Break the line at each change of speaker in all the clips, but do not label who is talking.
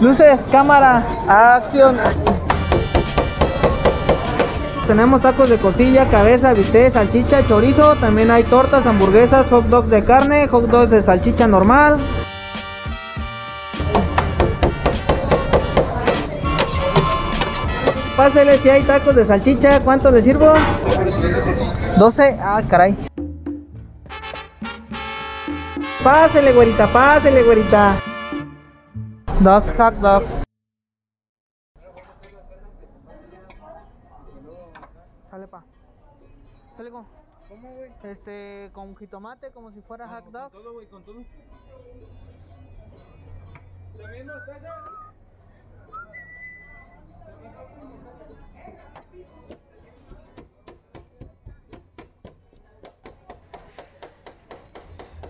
Luces, cámara, acción. Tenemos tacos de costilla, cabeza, bistec, salchicha, chorizo. También hay tortas, hamburguesas, hot dogs de carne, hot dogs de salchicha normal. Pásele si hay tacos de salchicha. ¿Cuánto le sirvo? 12. Ah, caray. Pásele, güerita, pásele, güerita. Dos hot dogs. Sale pa. Sale con.
¿Cómo, güey?
Este, con jitomate, como si fuera hot
Con
dogs.
todo, güey, con todo. ¿También nos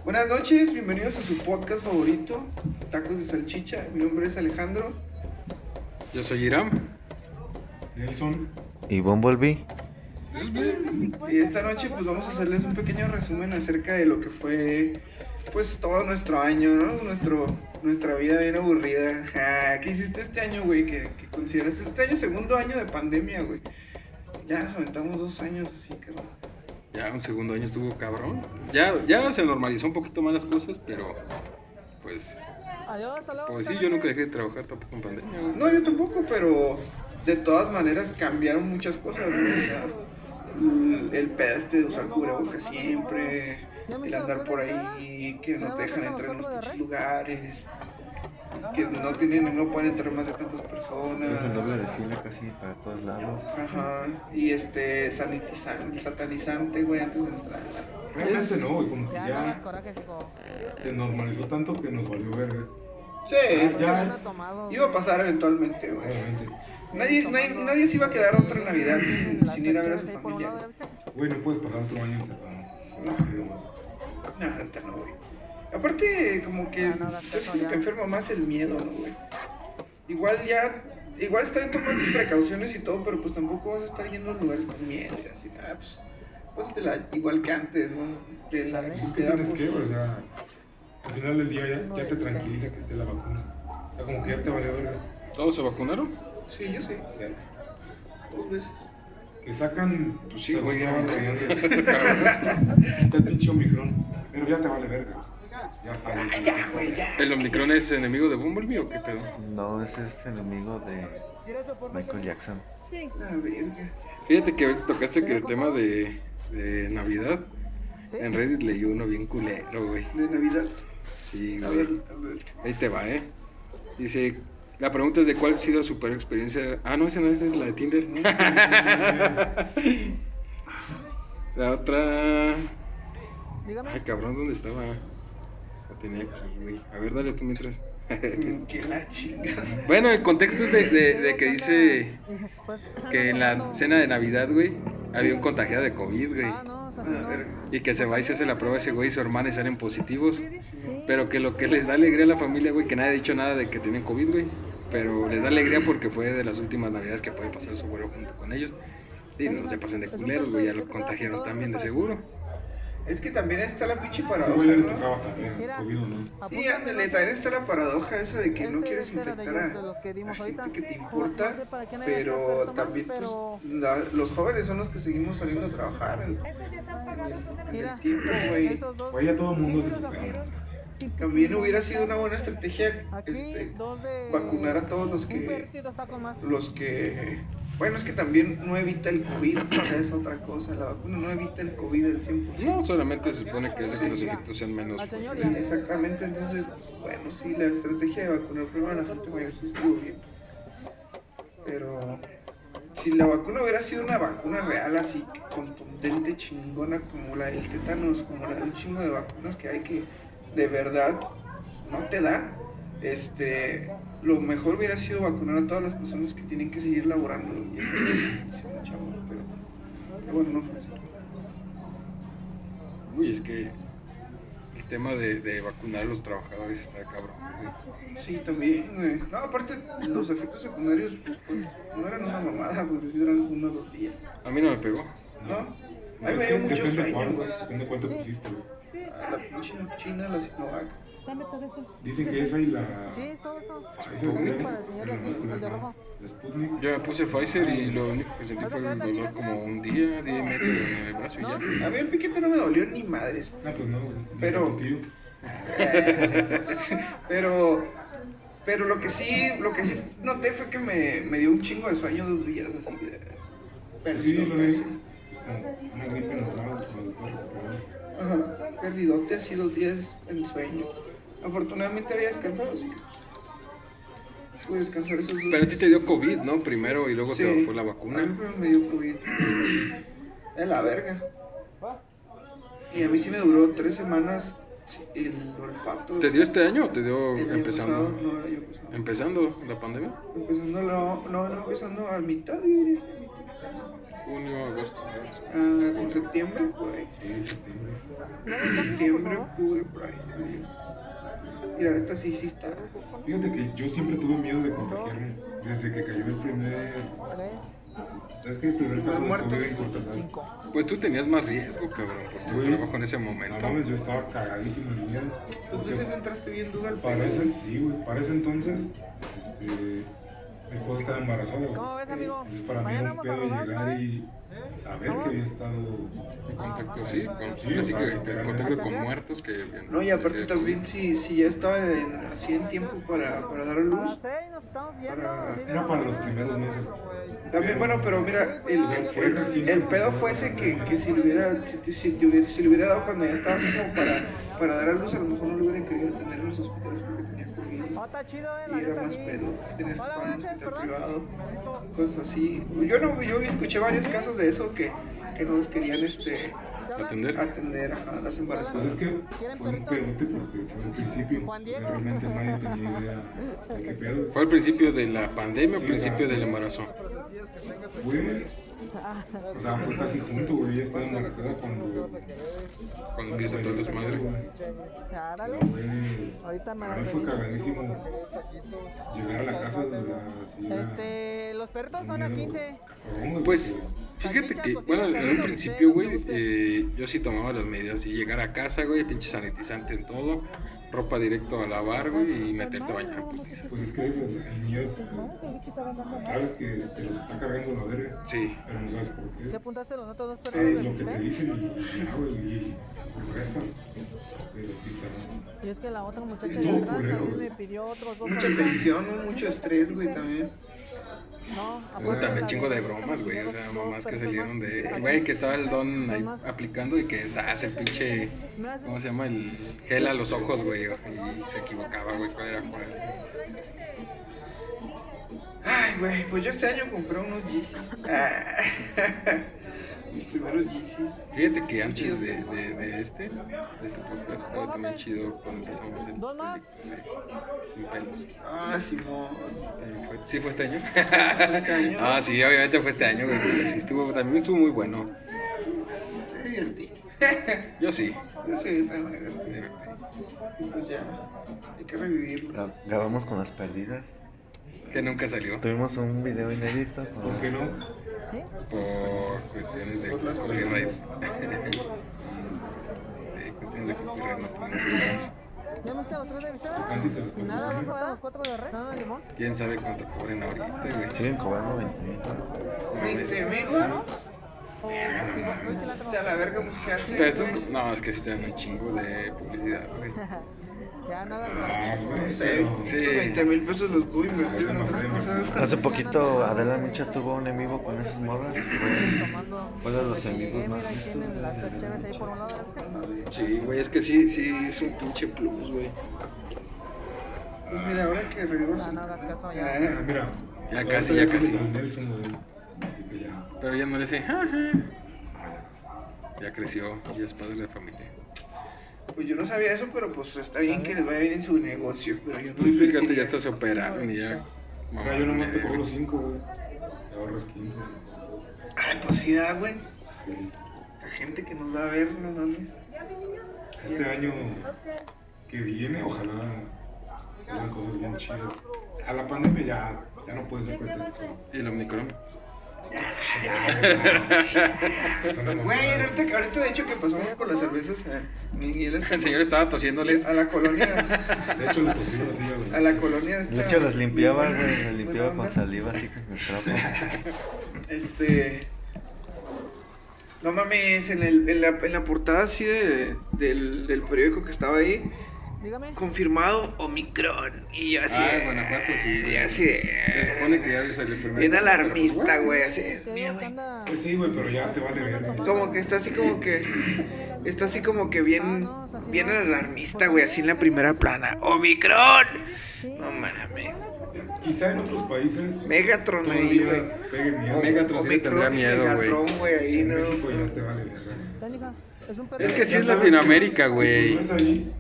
Buenas noches, bienvenidos a su podcast favorito, Tacos de Salchicha. Mi nombre es Alejandro.
Yo soy Iram.
Nelson.
Y Bumblebee.
Y esta noche pues vamos a hacerles un pequeño resumen acerca de lo que fue pues todo nuestro año, ¿no? Nuestro, nuestra vida bien aburrida. Ja, ¿Qué hiciste este año, güey? ¿Qué, qué consideras este año segundo año de pandemia, güey? Ya nos aventamos dos años así, cabrón.
Ya un segundo año estuvo cabrón. Ya, ya se normalizó un poquito más las cosas, pero pues,
Adiós, hasta luego.
pues sí,
buenas
yo nunca
noches.
dejé de trabajar tampoco en pandemia. güey.
No, yo tampoco, pero de todas maneras cambiaron muchas cosas, ¿no? O sea, el- el peste de usar cubrebocas siempre, el andar por ahí, que no te dejan entrar en los pinches lugares, que no tienen, no pueden entrar más de tantas personas.
Es el doble de fila casi para todos lados.
Ajá, y este sanitizante, satanizante, güey, antes de entrar.
Realmente no, güey, como que
Ya, no más
ya
coraje, chico.
se normalizó tanto que nos valió verga.
Sí,
Ya,
Ya, no tomado,
iba a
güey.
pasar eventualmente, güey.
Obviamente.
Nadie, nadie, nadie se iba a quedar otra Navidad sin, sin ir a ver a su
Ahí por un
familia.
lado,
güey.
¿ya viste?
Güey, no puedes pasar otro año encerrado. No sé, güey.
No, neta no, güey. Aparte, como que
Ah, no, las
yo
personas
siento que
ya.
enferma más el miedo, ¿no, güey? Igual ya, igual están tomando tus precauciones y todo, pero pues tampoco vas a estar yendo a lugares con miedo y así, nada, pues, pues igual que antes, ¿no? De la
Pues
Pues,
que te
¿Qué
da
tienes
por-
que, güey? O sea, al final del día ya, ya te tranquiliza que esté la vacuna. O sea, como que ya te valió verga.
¿Todos se vacunaron?
Sí, yo sé,
O sea,
dos veces.
que sacan, pues sí, güey, ya
Cabrón.
Está el pinche Omicron. Pero ya te vale verga. Ya sabes. güey, que esto-
¿El Omicron es enemigo de Bumblebee o qué pedo?
No, ese es el amigo de Michael Jackson.
La Ah, verga.
Fíjate que ahorita tocaste que el tema de, de Navidad. En Reddit leí uno bien culero, güey.
De Navidad.
Sí,
A ver,
güey.
a ver.
Ahí te va, ¿eh? Dice, la pregunta es de cuál ha sido su peor experiencia. Ah, no, esa no esa es la de Tinder. la otra... Ay,
Dígame.
cabrón, ¿dónde estaba? La tenía aquí, güey. A ver, dale tú mientras.
Mm, Que la chingada.
bueno, el contexto es de, de- de que dice
Pues,
que en la cena de Navidad, güey, había un contagiado de COVID,
Ah,
güey.
no, o sea,
A
sí, no.
ver,
Y que se va y se hace la prueba ese güey y su hermana y salen positivos.
Sí.
Pero que lo que les da alegría a la familia, güey, que nadie ha dicho nada de que tenían COVID, güey. Pero les da alegría porque fue de las últimas navidades que puede pasar su abuelo junto con ellos. Y no se pasen de
Pues,
culeros, güey, ya lo contagiaron también de seguro.
Es que también está la pinche
Ese
paradoja.
güey ya le
¿no?
tocaba también,
Mira.
COVID o no.
Y
Apúntale,
ándale,
no sé.
también está la paradoja esa de que no
Este,
quieres
este era de
infectar a,
ellos, de los que dimos
a gente
ahorita.
que te
No sé
importa,
para quién haya sido
pero
experto más,
también pues,
pero-
la- los jóvenes son los que seguimos saliendo a trabajar. en-
Mira,
el tiempo, güey.
estos dos-
Güey, ya todo el mundo se
Sí, los
supera.
También hubiera sido una buena estrategia
Aquí,
este,
dos de...
vacunar a todos los
Un
que,
perrito está con más.
los que, bueno, es que también no evita el COVID, o sea, es otra cosa, la vacuna no evita el COVID al 100%.
No, solamente se supone que es de que los efectos sean menos.
Al
pues,
señor
eh,
Exactamente, entonces, bueno, sí, la estrategia de vacunar primero a la gente mayor sí estuvo bien. Pero si la vacuna hubiera sido una vacuna real, así contundente, chingona, como la del tétanos, como la de un chingo de vacunas que hay que de verdad no te dan, este, lo mejor hubiera sido vacunar a todas las personas que tienen que seguir laborando. Y eso es un chavo, pero, pero bueno, no funcionó.
Uy, es que el tema de, de vacunar a los trabajadores está cabrón, güey.
Sí, también, güey. No, aparte, los efectos secundarios pues, no eran una mamada, porque sí duran uno o dos días,
A mí no me pegó.
¿no? A mí
Es
me
que
dio mucho
depende cuál,
sueño,
güey.
güey.
Depende cuál te pusiste, güey.
A La pinche china, la sinovac.
Dame todo eso.
Dicen que esa y la.
Sí, todo eso.
Pfizer,
También
creo,
para el señor de
pero
aquí,
más con
el de
la-
rojo.
La Sputnik.
Yo me puse Pfizer y lo único que sentí
Pues,
¿Vas a
fue
querer
el dolor
también,
como
Oscar?
un día, día y medio en el brazo y ya.
A mí el piquete no me dolió ni madres.
No, pues no, güey. Ni
Pero-
tanto tío.
Pero, pero lo que sí, lo que sí noté fue que me, me dio un chingo de sueño dos días así. de-
Sí, lo
perdidote,
de.
así.
como Una gripe normal cuando está recuperando.
Ajá, perdidote así dos días en sueño. Afortunadamente había descansado, así que pues, pude descansar esos dos
Pero a ti te dio COVID, ¿no? Primero y luego te
Sí.
fue la
A
vacuna.
mí me dio COVID. De la verga. Y a mí sí me duró tres semanas el olfato.
¿Te dio este año o te
El
dio
año
empezando?
pasado, no, el año pasado.
¿Empezando la pandemia?
Empezando, no, no, no, empezando a mitad, yo diría.
Junio, agosto. agosto.
Ah, en septiembre, por ahí.
Sí, en septiembre.
Septiembre, octubre, por ahí. Y la neta sí, sí está.
Fíjate que yo siempre tuve miedo de contagiarme. Desde que cayó el primer. ¿Sabes qué? El primer caso de
Muerto.
COVID en Cortazal.
Pues tú tenías más riesgo, cabrón, por tu
Güey.
trabajo en ese
No
momento.
mames, yo estaba cagadísimo de miedo.
Entonces
Porque
no entraste bien duda al
para
pedo.
ese, sí, güey, para ese entonces, este, mi esposa estaba embarazada, güey. Eh,
¿Cómo ves, amigo?
Entonces para mí
Mañana
era un
vamos a
pedo
rodar, ¿no?
llegar y saber que había estado...
En contacto, sí, con, así
Sí, o sea,
que
con
en
cara.
contacto con muertos que...
No, y aparte también si, si ya estaba en- así en tiempo para, para dar a
A
luz.
las seis nos estamos
Para-
viendo. sí,
Era para los primeros meses.
También, bueno, pero mira, el,
O sea, fue
el,
recién
el pedo
empezó.
fue ese que, que si, le hubiera, si, te- si te hubiera, si le hubiera dado cuando ya estaba así como para, para dar a luz, a lo mejor no lo hubieran querido tener en los hospitales porque tenía COVID.
Ah,
Oh, está chido, eh, la
Y era
neta,
más
sí.
pedo, tenías que
Hola,
pagar un
buenas
hospital
noches, perdón.
privado, cosas así. Yo no, yo escuché varios casos de eso que, que no los querían este,
Atender.
atender a las
Pues es
embarazadas.
que fue un pedote porque fue al principio. O sea, realmente nadie tenía idea de qué pedo.
¿Fue al principio de la pandemia o
Sí,
principio
ah.
del embarazo?
Fue... O sea, fue casi junto, güey. Ella estaba embarazada cuando...
Cuando empieza todo el
cuando
desmadre.
Árale.
Pero fue-
Ahorita me
Para mí fue cagadísimo llegar a la casa, o sea, así era
Este, los perritos
un
son a
miedo
15.
cabrón, güey,
Pues,
porque-
fíjate que, bueno, en un principio, güey, eh, yo sí tomaba las medidas. Y llegar a casa, güey, pinche sanitizante en todo, ropa directo a lavar,
Pues
güey, y meterte a bañar. putiza.
Pues es que eso, el miedo,
que ahorita estaban
o sea,
dando
sabes que se los está cargando la verga,
Sí.
pero no sabes por
¿Se
qué.
apuntaste los otros dos perritos?
Es lo
del
que te
buffet?
dicen y ya, güey, y regresas. Pero sí está.
Y es que la otra muchacha
Estuvo
de atrás
culero,
también
güey.
me pidió otros dos.
Mucha
perritos.
tensión, ¿no? mucho estrés, güey, también.
No, aparte
Hubo
de
también
la
chingo de
otra
bromas,
me
güey.
pidió
O sea,
dos
mamás que
perritos
se dieron
más.
de.
Ay,
Güey, que estaba el don ahí
Nomás.
aplicando y que se hace el pinche.
Me hace-
¿Cómo se llama? El gel a los ojos, güey. Y se equivocaba, güey, cuál era cuál.
Ay, güey, pues yo este año compré unos Yeezys. Ah. Mis primeros Yeezys.
Fíjate que antes de, de, de este, de este podcast, estaba también chido cuando empezamos el
¿Dos más?
proyecto de Sin pelos.
Ah, Simón.
También fue- Sí, fue este año.
este año.
ah, sí, obviamente fue este año, güey. pero Sí, estuvo, también estuvo muy bueno.
Te divertí.
Yo sí. Este,
Yo sí, también me
me
divertí.
divertí.
Y pues ya, hay que revivirlo.
Gra- Grabamos con las perdidas.
Que nunca salió.
Tuvimos un video inédito con
¿Por
las
qué no?
por cuestiones de copyright. Eh, cuestiones de copyright no podemos hablar.
¿Ya viste a los tres de vista?
Antes se los
Sin nada, ¿vas a
patrocinaba.
ver a los cuatro de red? No, no, Ah, limón.
Quién sabe cuánto cobren ahorita, güey. Este,
Siguen cobrando 20 mil dólares.
No mames.
20 mil, ¿no?
O sí, sí la tengo.
De a la verga, pues qué hace.
Pero estas
güey?
co- No, es que sí te dan un chingo de publicidad, güey.
Ya nada más.
Ah,
No
güey,
sé,
pero-
Sí.
20 mil pesos los puedo invertir en otras
Demasiado.
cosas.
Hace poquito Adela Micha tuvo un en vivo con esas morras. Fue,
Tomando.
fue de los
Desde
en
que
vivos
llegué,
más
mira, ahí tienen las cheves ahí por un
vistos.
lado, ¿viste?
Sí, güey, es que sí, sí, es un pinche plus, güey.
Pues mira, ahora que regreso.
Ya no hagas caso ya.
Eh.
Ah,
Ah,
mira.
Ya casi, ya
ahorita
casi.
tienes al Nelson, güey. Así que ya.
Pero ya no le sé. "Ja, ja". Ya creció, ya es padre de familia.
Pues yo no sabía eso, pero pues está bien que les vaya bien en su negocio. Pero yo no
Pues fíjate, ya
invertiría.
hasta se operaron y ya.
Mira, Ah, yo nomás te
Mamá,
cobro
güey.
5, güey. Te ahorras 15.
Ay, pues sí, da, güey.
Sí.
La gente que nos va a ver, no mames.
Este año que viene, ojalá sean cosas bien chidas. A la pandemia ya, ya no puede ser pretexto.
Y el Omnicron.
Ah, Güey, ahorita, ahorita de hecho que pasamos por las cervezas, eh, Miguel está-
El señor estaba tosiéndoles.
a la colonia,
De hecho, lo tosí así, güey.
a la colonia esta-
De hecho, los limpiaba, güey. Los
Buena
limpiaba con
onda.
saliva, así con el trapo.
Este. No mames, en, el, en, la, en la portada así de- del, del periódico que estaba ahí,
Dígame.
confirmado Omicron. Y yo así.
Ah,
de-
Guanajuato, sí.
Y así. de-
Se supone que ya le salió el primer.
Bien
caso,
alarmista,
pero,
güey. Así.
Te digo que anda.
Pues sí, güey, pero ya te va de verga.
Como que está así como que. Está así como que bien. Bien alarmista, güey. Así en la primera plana. ¡Omicron! No mames.
Quizá en otros países
Megatron ahí, güey.
todavía pegue miedo.
Megatron sí le tendría
y
miedo, güey.
Megatron, güey. Ahí
En
no.
México ya te vale verga.
Ten, hija. Es un perro.
Es que sí
Ya
es
sabes
Latinoamérica,
que Si
güey.
no es ahí,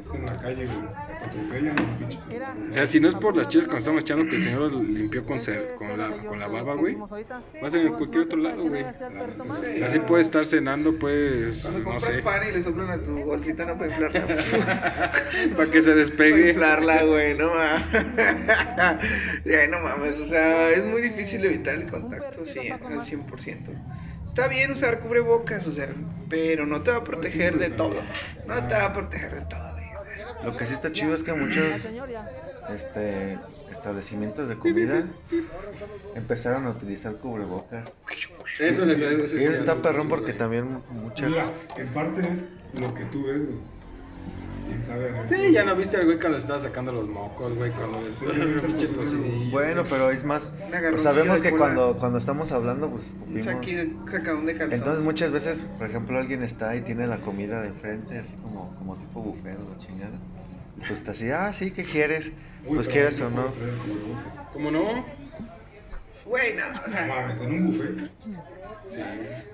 es en la calle, güey. Te atropellan un pinche.
Mira.
O sea, si no es por las chicas cuando estamos echando que el señor lo limpió con,
Este,
cer- con, la, con la baba, güey. Vas en cualquier otro lado, güey.
Sí.
Así puede estar cenando, pues,
Cuando
no
compras
sé,
pan y le soplan a tu bolsita, no para inflarla.
para que se
Para
despegue.
inflarla, güey, no mames. Ya, no mames, o sea, es muy difícil evitar el contacto sí, al 100%. Está bien usar cubrebocas, o sea, pero no te va a proteger de todo. No te va a proteger de todo, güey. o sea.
Lo que sí está chido es que muchos
Al señor ya.
este, establecimientos de comida empezaron a utilizar cubrebocas.
Eso les eso
Y
sí,
eso
sí,
está
sí,
perrón
sí,
porque
güey.
también muchas.
Mira, en parte es lo que tú ves, güey. Quién sabe. adentro,
Sí, ya no viste al güey cuando estaba sacando los mocos, güey, cuando le
Sí, ahorita
pinche
pusieron-
tosillo.
Bueno, pero es más.
Una
pues
garroncilla
sabemos
de
que
cola.
cuando, cuando estamos hablando, pues
Un saquí
escupimos.
de sacadón de calzón.
Entonces muchas veces, por ejemplo, alguien está y tiene la comida de frente, así como, como tipo buffet o la chingada. Y Pues está así, ah, sí, ¿qué quieres?
Uy,
Pues
pero
quieres
ahí
o no.
puedes traer cubrebocas.
¿Cómo no?
Güey, no, o
No
sea,
mames, en un buffet.
Sí.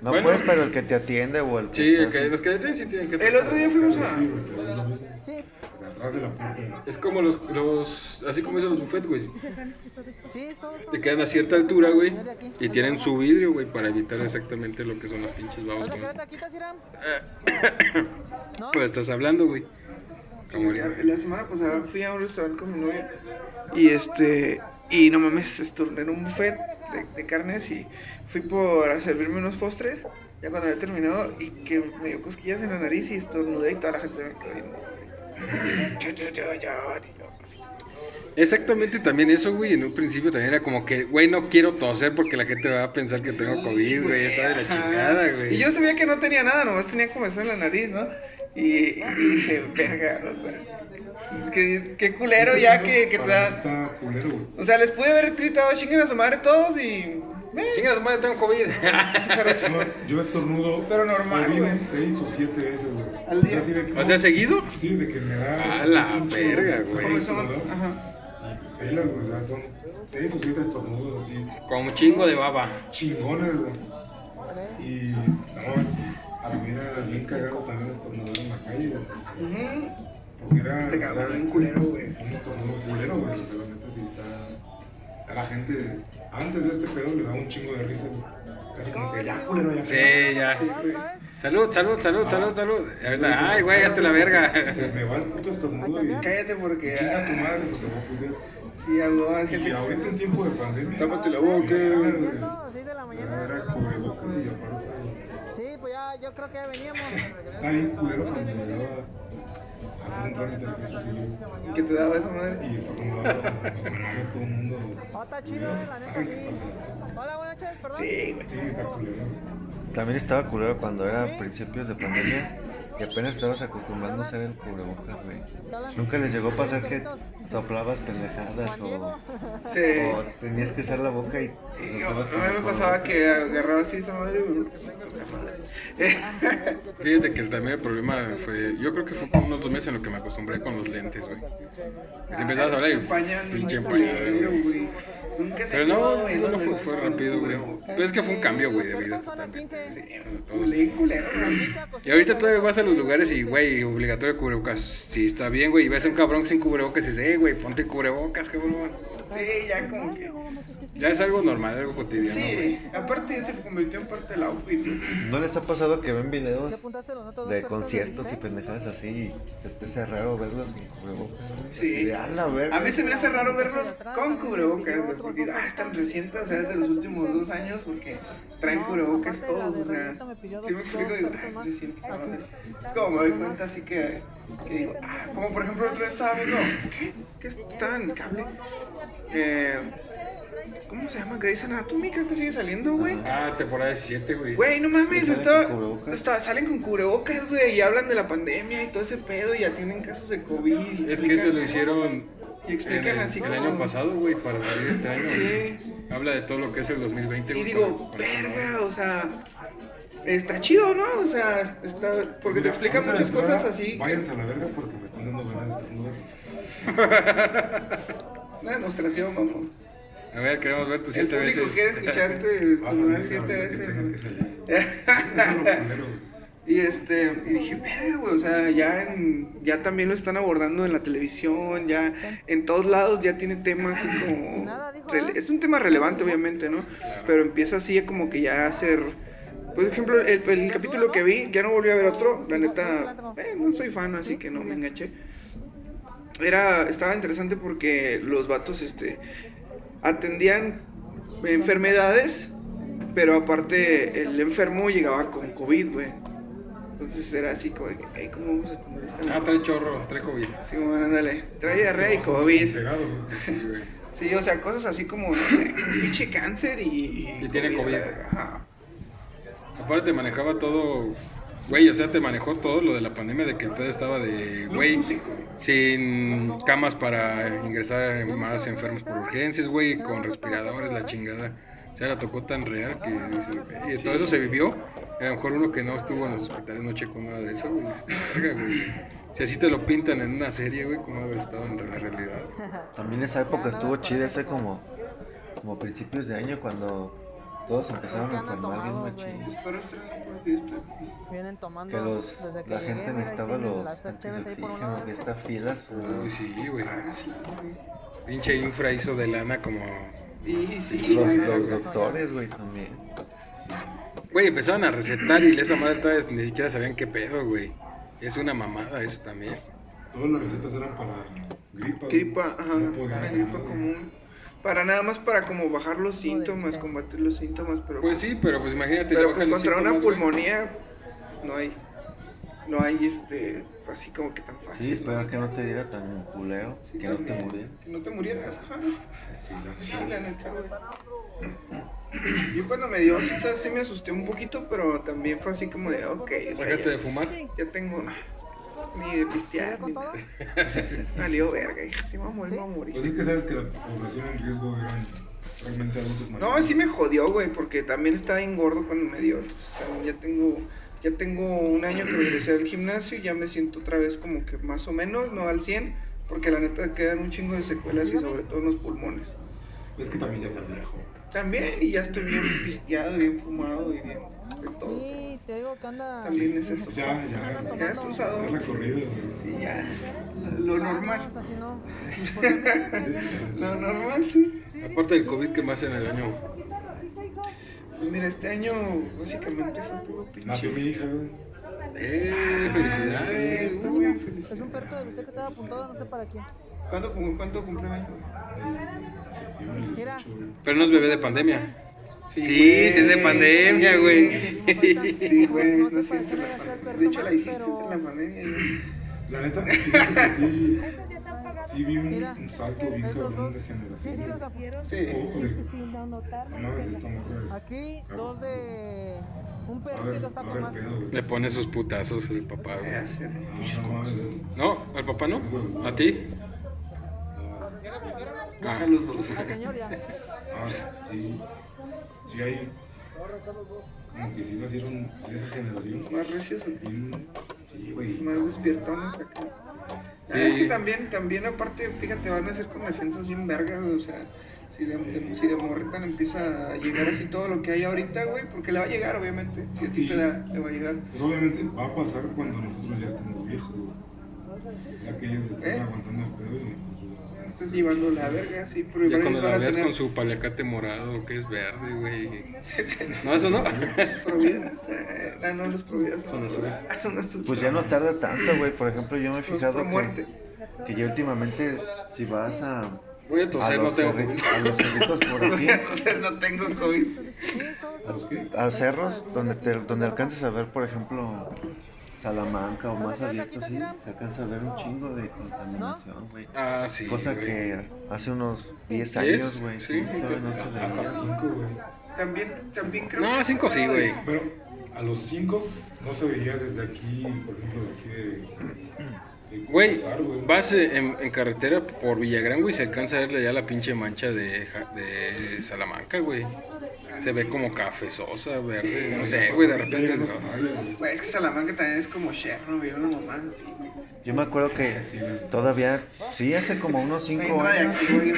No
Bueno,
puedes, pero el que te atiende o el que.
Sí,
está
el que-
así-
los que detienen sí tienen que...
El otro día fuimos a-
Sí, güey, pero es lo mismo.
Sí,
O sea, Atrás de la puerta.
Es como los, los así como dicen los buffet, güey.
sí, todo eso.
Te quedan a cierta altura, güey, y tienen su vidrio, güey, para evitar exactamente lo que son las pinches babas.
¿Otra
Como...
cara te quitas, Iram? ¿No?
Pues estás hablando, güey. Como
la,
ahorita.
la semana pasada fui a un restaurante con mi novia y este y no mames esto en un buffet de, de carnes y fui por a servirme unos postres ya cuando había terminado y que me dio cosquillas en la nariz y estornudé y toda la gente se me quedó viendo así. Yo, yo, yo, yo, yo, así.
Exactamente también eso, güey. En un principio también era como que, güey, no quiero toser porque la gente va a pensar que tengo COVID, güey. Está de la
Ajá.
chingada, güey.
Y yo sabía que no tenía nada, nomás tenía como eso en la nariz, ¿no? Y, y dije, verga, o sea, qué, qué culero
Ese
ya
pedo
que, que te
para mí
das.
Está culero, güey.
O sea, les pude haber gritado chinguen a su madre todos y. eh,
Chingas, madre, tengo COVID.
Yo- Yo estornudo.
Pero normal,
seguido
güey.
seis o siete veces, güey.
Al
O sea,
día.
así de que
o
no-
sea, seguido.
Sí, de que me da.
A
así
la
un chingo,
verga,
¿no?
güey.
como
Como
estaban-
estornudar.
Ajá.
Pelas, güey, o sea, son seis o siete estornudos así,
Con un chingo de baba.
chingones, güey. Y, no, a mí era bien cagado también estornudar en la calle, güey.
Ujú.
Porque era,
Te cagaba
o sea,
bien culero, güey.
Un estornudo culero, güey, o sea, la neta sí está... A la gente, antes de este pedo, le da un chingo de risa, güey. Casi como que ya, culero, ya.
Sí,
culero.
ya.
¿Otra vez?
Salud, salud, salud,
Ah.
salud, salud. Ahorita,
Sí,
Ay, güey,
Ah,
hasta la verga.
Se me va el puto estornudo y...
Cállate porque.
Chinga tu madre, se te va a putear.
Sí, hago así.
Y ahorita en tiempo de pandemia.
Tápate la boca.
Era,
Cierto, seis de la mañana.
era cubrebocas y aparte.
Sí, pues ya, yo creo que ya veníamos.
Está bien culero cuando llegaba a ah, hacer un trámite de Jesús y yo.
Que te daba esa madre.
Y estornudaba. Mamá, todo el mundo.
Oh, está chido, eh, la neta,
Sabe que estás
sí. Hola, buenas noches, perdón.
Sí, güey.
Sí, está culero.
También estaba culero cuando era principios de pandemia y apenas estabas acostumbrando a hacer el cubrebocas, güey.
Te hablan.
Nunca les llegó a pasar que soplabas pendejadas
Juan
o,
Diego.
Sí.
o tenías que usar la boca y...
Y
no
yo-
estabas
a mí me
como-
pasaba que agarraba así esa madre, güey. Eh,
Fíjate que también el problema fue. Yo creo que fue como unos dos meses en lo que me acostumbré con los lentes, güey. Pues empezabas a hablar y.
pinche pañal,
Pinche
güey,
empañado,
culero,
güey.
güey. Nunca se
Pero no,
acabó, güey,
no, no
los
fue,
lentes
fue
con
rápido, güey.
cubrebocas.
Pero es que fue un cambio, güey, de vida
Los cortos son a
totalmente.
15.
Sí,
Entonces,
culé, culero.
Y ahorita todavía vas a los lugares y, güey, obligatorio cubrebocas. Sí, está bien, güey. Y ves a un cabrón sin cubrebocas y dices, eh, güey, ponte cubrebocas, cabrón.
Sí, ya como que.
Ya es algo normal, algo cotidiano.
Sí,
güey.
aparte se convirtió en parte del outfit. güey.
¿No les ha pasado que ven videos
¿Sí apuntaste los otros dos
de
perritos
conciertos y
Lisette?
pendejadas así? y Se te hace raro verlos sin cubrebocas. güey?
Sí.
Así de, "A la verga".
A mí se me hace raro verlos con cubrebocas, güey, porque ah, están recientes, o sea, es de los últimos dos años, porque traen
No,
cubrebocas
aparte de la
todos,
de
o sea.
Rayito me pidió dos-
Si me explico,
dos
digo, ah,
perritos
es
más.
reciente esta
Ay,
madre.
sí.
Es como me doy cuenta, así que, que digo, ah, como por ejemplo, el otro día estaba viendo, ¿qué? ¿Qué estaba en
eh,
el cable? Eh, ¿Cómo se llama? Grey's Anatomy, creo que sigue saliendo, güey.
Ah, temporada 7, güey.
Güey, no mames,
¿Salen
estaba-
con cubrebocas?
estaba- salen con cubrebocas, güey, y hablan de la pandemia y todo ese pedo, y atienden casos de COVID. y
Es que se
explican-
lo hicieron
Y
en
explican
el,
así
el
como...
año pasado, güey, para salir este año.
Sí.
güey. Habla de todo lo que es el 2020.
Y
güey,
digo,
para- para-
verga, o sea, está chido, ¿no? O sea, está, porque te
Mira,
explica
antes de
muchas
entrar,
cosas así.
Váyanse a la verga porque me están dando ganas de este estornudar.
Una demostración, vamos.
A ver, queremos ver tus
El
7
público
veces.
quiere escucharte
Vas a
estornudar
ver,
Este, siete
ahorita que
veces,
tengan
güey.
que salir. Eso es lo culero, güey.
Y este, y dije, verga, güey, o sea, ya en, ya también lo están abordando en la televisión, ya en todos lados ya tiene temas así como
Nada, dijo,
rele-
¿eh?
es un tema relevante obviamente, ¿no?
Claro.
Pero empieza así a como que ya a ser por ejemplo, el, el capítulo que vi, ya no volví a ver otro, la neta, eh, no soy fan, así que no me enganché. Era, estaba interesante porque los vatos, este, atendían enfermedades, pero aparte el enfermo llegaba con COVID, güey. Entonces era así como, de que, "Ey, ¿cómo vamos a atender esta
Ah, trae chorro, trae COVID.
Sí, bueno, ándale. Trae diarrea y COVID.
Pegado, güey.
Sí, güey.
Sí, o sea, cosas así como, no sé, un pinche cáncer y...
Y tiene COVID.
Ajá.
Aparte manejaba todo, güey, o sea, te manejó todo lo de la pandemia, de que el pedo estaba de, güey, sin camas para ingresar más enfermos por urgencias, güey, con respiradores, la chingada. O sea, la tocó tan real que dices, güey, y todo eso se vivió. A lo mejor uno que no estuvo en los hospitales no checó nada de eso, güey. dices, "Verga, güey". Si así te lo pintan en una serie, güey, ¿cómo haber estado en la realidad?
También esa época estuvo chida, ese como, como principios de año cuando todos empezaron a
Los que andan
enfermar bien
tomados, güey.
machín.
Pues, Pero esto es porque esto-
Vienen tomando
Que los,
desde que
la
llegué,
gente
mira, ahí
necesitaba
tienen
los
las cheves ahí por un
antioxígenos,
lado.
que estas filas.
Uy,
pues,
sí, güey.
Ah, sí, güey.
Pinche infra hizo de lana como...
Y sí,
Los,
güey.
los doctores, güey, también.
Güey, empezaban a recetar y esa madre todavía ni siquiera sabían qué pedo, güey. Es una mamada eso también.
Todas las recetas eran para gripa. güey.
Gripa, ajá.
No podían
para
hacer
gripa
nada.
común. Para nada más para como bajar los síntomas,
Joder,
combatir los síntomas, pero...
Pues sí, pero pues imagínate.
Pero
ya
pues
bajan los
contra una
síntomas, güey.
pulmonía no hay, no hay este, así como que tan fácil.
Sí, espero que no te diera tan culeo,
Sí,
que no te
también.
murieras.
Que no te murieras, ajá.
Sí, la
Sí,
chingada.
la neta, güey. Yo cuando me dio cita sí me asusté un poquito, pero también fue así como de, ok, o sea,
¿Dejaste de
ya,
fumar?
ya tengo ni de pistear,
con
ni
todo?
nada. Valió verga, dije, sí me voy a morir, me voy a
Pues
morir.
es que sabes que la población en riesgo eran realmente adultos
No,
mayores.
sí me jodió, güey, porque también estaba bien gordo cuando me dio, entonces también ya tengo... Ya tengo un año que regresé al gimnasio y ya me siento otra vez como que más o menos, no al 100, porque la neta quedan un chingo de secuelas y sobre todo en los pulmones.
Es que también ya estás viejo.
También, y ya estoy bien pisteado, bien fumado y bien de todo.
Sí, te digo que anda.
También es eso.
Pues ya, ya.
Andan
Ya está usado.
Dar la corrida, güey.
Sí, ya. Lo
Ah,
normal.
no, o sea, si no. Pues, Porque mira que vienen sus-
Lo normal, sí.
Aparte del COVID que más en el año.
Pues mira, este año básicamente fue puro pinche.
Nació mi hija, güey.
¡Eh! ¡Felicidades!
Ah, Sí, uy, felicidades.
Es un perrito de usted que estaba apuntado, no sé para quién.
¿Cuándo, cum- cuánto cumple el año?
En septiembre del
Mira.
18, güey.
Pero no es bebé de pandemia. Sí,
güey.
sí es de pandemia, güey.
Sí, güey,
sé
no
para
siente
qué
la
nació el
pandemia.
perro
De hecho, la
más,
hiciste
pero-
en la pandemia. güey.
La neta, fíjate que sí. Sí vi un,
Mira.
un salto bien cabrón de
Sí,
generación.
sí, los
güey.
apuntaron.
Sí.
Ojo de- No mames, esta morra es.
Aquí, dos de. Un
A ver,
perrito está
a
por
ver,
más.
pedo, güey.
Le pone sus putazos el papá, güey.
Ya sé.
No, no mames, es-
¿No? ¿Al papá no? ¿A ti?
A
Ah,
los dos.
Al señor ya.
Ah, sí. Sí, hay. Como que sí nacieron de esa generación.
Más recios,
Bien- Sí, güey. Pues
más despiertones acá. Ah, es que también, también aparte, fíjate, van a ser con defensas bien vergas, güey, o sea, si de, de- si de morrita le empieza a llegar así todo lo que hay ahorita, güey, porque le va a llegar, obviamente, si a ti te da, le va a llegar.
Pues obviamente va a pasar cuando nosotros ya estemos viejos, güey. Ya que ellos están
¿Eh?
aguantando el pedo y nosotros ya no estamos.
estás llevando la verga, sí, pero
Ya
igual
cuando
ellos
la
van a
veas
tener
con su paliacate morado, que es verde, güey. No, eso no.
providas. Eh, ah, no, las providas son
Son
azul.
azul.
Ah, son azul.
Pues ya no tarda tanto, güey. Por ejemplo, yo me he
Son
fijado
pro Pues, muerte.
que, que ya últimamente, si vas a, a,
Voy a toser, no
los,
tengo.
cerri-
COVID.
a los cerritos por aquí,
Entonces no tengo COVID. Pues,
a cerros donde, te- donde alcanzas a ver, por ejemplo, Salamanca
Pues,
o más abierto, sí, se alcanza a ver un chingo de contaminación, güey.
Ah, sí.
Cosa
güey.
que hace unos 10
¿Diez?
años, güey,
Sí,
sí, todavía no se
Hasta
veía.
cinco, güey.
También, también creo
No, cinco sí, güey.
Pero a los cinco no se veía desde aquí, por ejemplo, de aquí de. de
Güey,
Cusar, güey.
vas eh, en, en carretera por Villagrán, güey, se alcanza a verle ya la pinche mancha de, Ja- de Salamanca, güey. Se ve como cafezosa, verde, no sé, güey, de repente. "Ah,
Ya llegas a
no.
Samaria, güey.
Pues es que Salamanca también es como Chernobyl, una mamá así.
Yo me acuerdo que
Sí, güey.
todavía, sí, hace como unos
Ahí
5
no hay
años,
aquí, güey.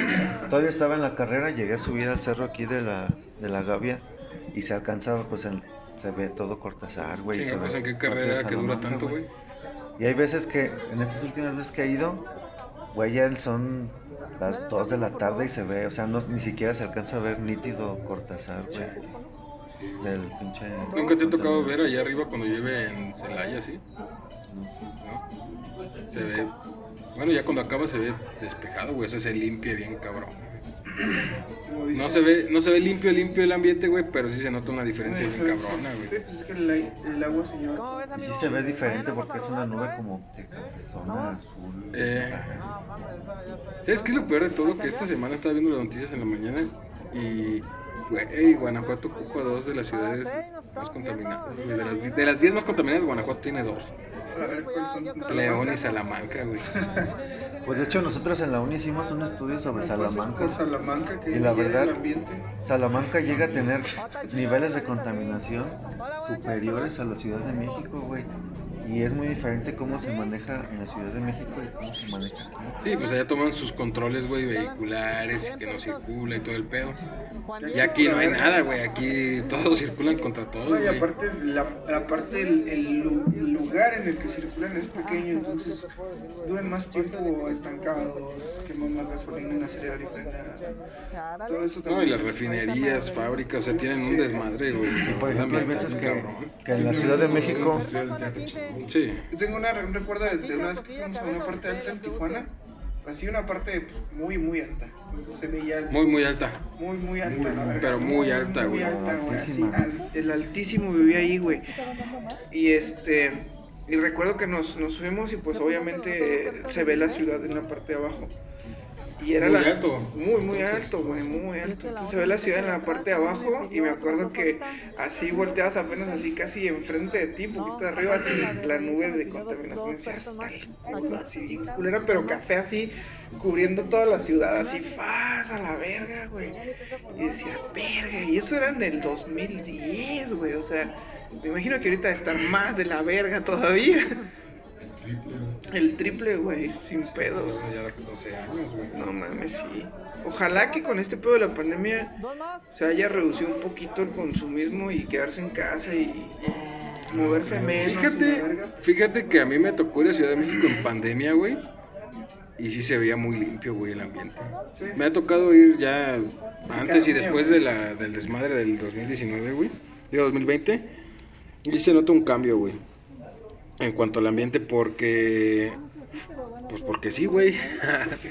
Todavía estaba en la carrera, llegué a subir al cerro aquí de la, de la Gavia y se alcanzaba, pues en- se ve todo Cortázar, güey. se
Chinga,
ve
pues en qué
todo de
carrera que dura
Salamanca,
tanto, güey.
Y hay veces que, en estas últimas veces que he ido, güey, ya son las 2 de la tarde y se ve, o sea, no, ni siquiera se alcanza a ver nítido Cortázar, güey. Del pinche.
Nunca te ha tocado ver allá arriba cuando llueve en Celaya, ¿sí? ¿No? Se ve. Bueno, ya cuando acaba se ve despejado, güey. O sea, se limpia bien, cabrón.
Como dice-
No se ve, no se ve limpio, limpio el ambiente, güey, pero sí se nota una diferencia bien
diferencia.
cabrona,
Sí,
güey.
pues es que el, el agua, señor.
¿Cómo ves,
Y
amigo?
sí se ve diferente
Bueno,
porque es una
vamos a
nube
rodar otra Ah,
como de cafezona azul.
Eh.
Ajá.
vez. No, mames, esa ya está-
¿Sabes qué es lo peor de todo? Que este esta semana estaba viendo las noticias en la mañana y, güey, Guanajuato ocupa dos de las ciudades más contaminadas, güey. De las, de las diez más contaminadas, Guanajuato tiene dos.
A ver
pues
cuáles son. tus-
León y Salamanca, güey.
Pues de hecho, nosotros en la uni hicimos un estudio sobre
Pues,
Pasas
Salamanca.
Por Salamanca, que
Y
ya
la verdad-
el ambiente.
Salamanca llega a tener
Ah,
niveles de contaminación superiores a la Ciudad de México, güey. Y es muy diferente cómo se maneja en la Ciudad de México y cómo se maneja aquí.
Sí, pues allá toman sus controles, güey, vehiculares, que no circula y todo el pedo.
Juan
Y aquí no hay nada, güey. Aquí todos circulan contra todos,
No, y
güey.
aparte, la, aparte el, el lu- lugar en el que circulan es pequeño, entonces duran más tiempo estancados, queman más gasolina en acelerar y frenar.
Jara,
Todo eso
No, y
también.
las
es-
refinerías, fábricas, o sea, tienen un desmadre, güey.
Por ejemplo, hay veces que,
Cabrón.
que en la Ciudad de México,
Sí, el teatro chingón.
Sí.
Yo tengo una, un recuerdo de, de una vez que fuimos a una parte alta en Tijuana, así una parte pues, muy, muy alta. Entonces se veía el-
Muy, muy alta.
Muy, muy alta, la verdad.
Pero muy alta,
Muy
güey.
alta, güey. así,
Altísima.
al- el altísimo vivía ahí, güey. Y este. Y recuerdo que nos, nos subimos y pues obviamente eh, se ve la ciudad en la parte de abajo. Y era
Muy
la-
alto. pues,
Muy, muy alto, güey, muy alto. Entonces se ve la ciudad en la parte de abajo y me acuerdo que así volteabas apenas así casi enfrente de ti, poquito de arriba, así la nube de contaminación así hasta el culo, así bien culera, pero café así cubriendo toda la ciudad, así faz a la verga, güey. Y decías, verga, y eso era en el 2010, güey, o sea, me imagino que ahorita estar más de la verga todavía.
Triple.
El triple, güey, sin pedos.
Ya de 12 años, güey.
No mames, sí. Ojalá que con este pedo de la pandemia
Dos más.
se haya reducido un poquito el consumismo y quedarse en casa y moverse menos. y la
Fíjate,
verga.
fíjate que a mí me tocó ir a Ciudad de México en pandemia, güey. Y sí se veía muy limpio, güey, el ambiente.
Sí.
Me ha tocado ir ya antes y
cada
después de la, del desmadre del 2019, güey. Digo, 2020. Y se nota un cambio, güey. En cuanto al ambiente, porque... Pues porque sí, güey.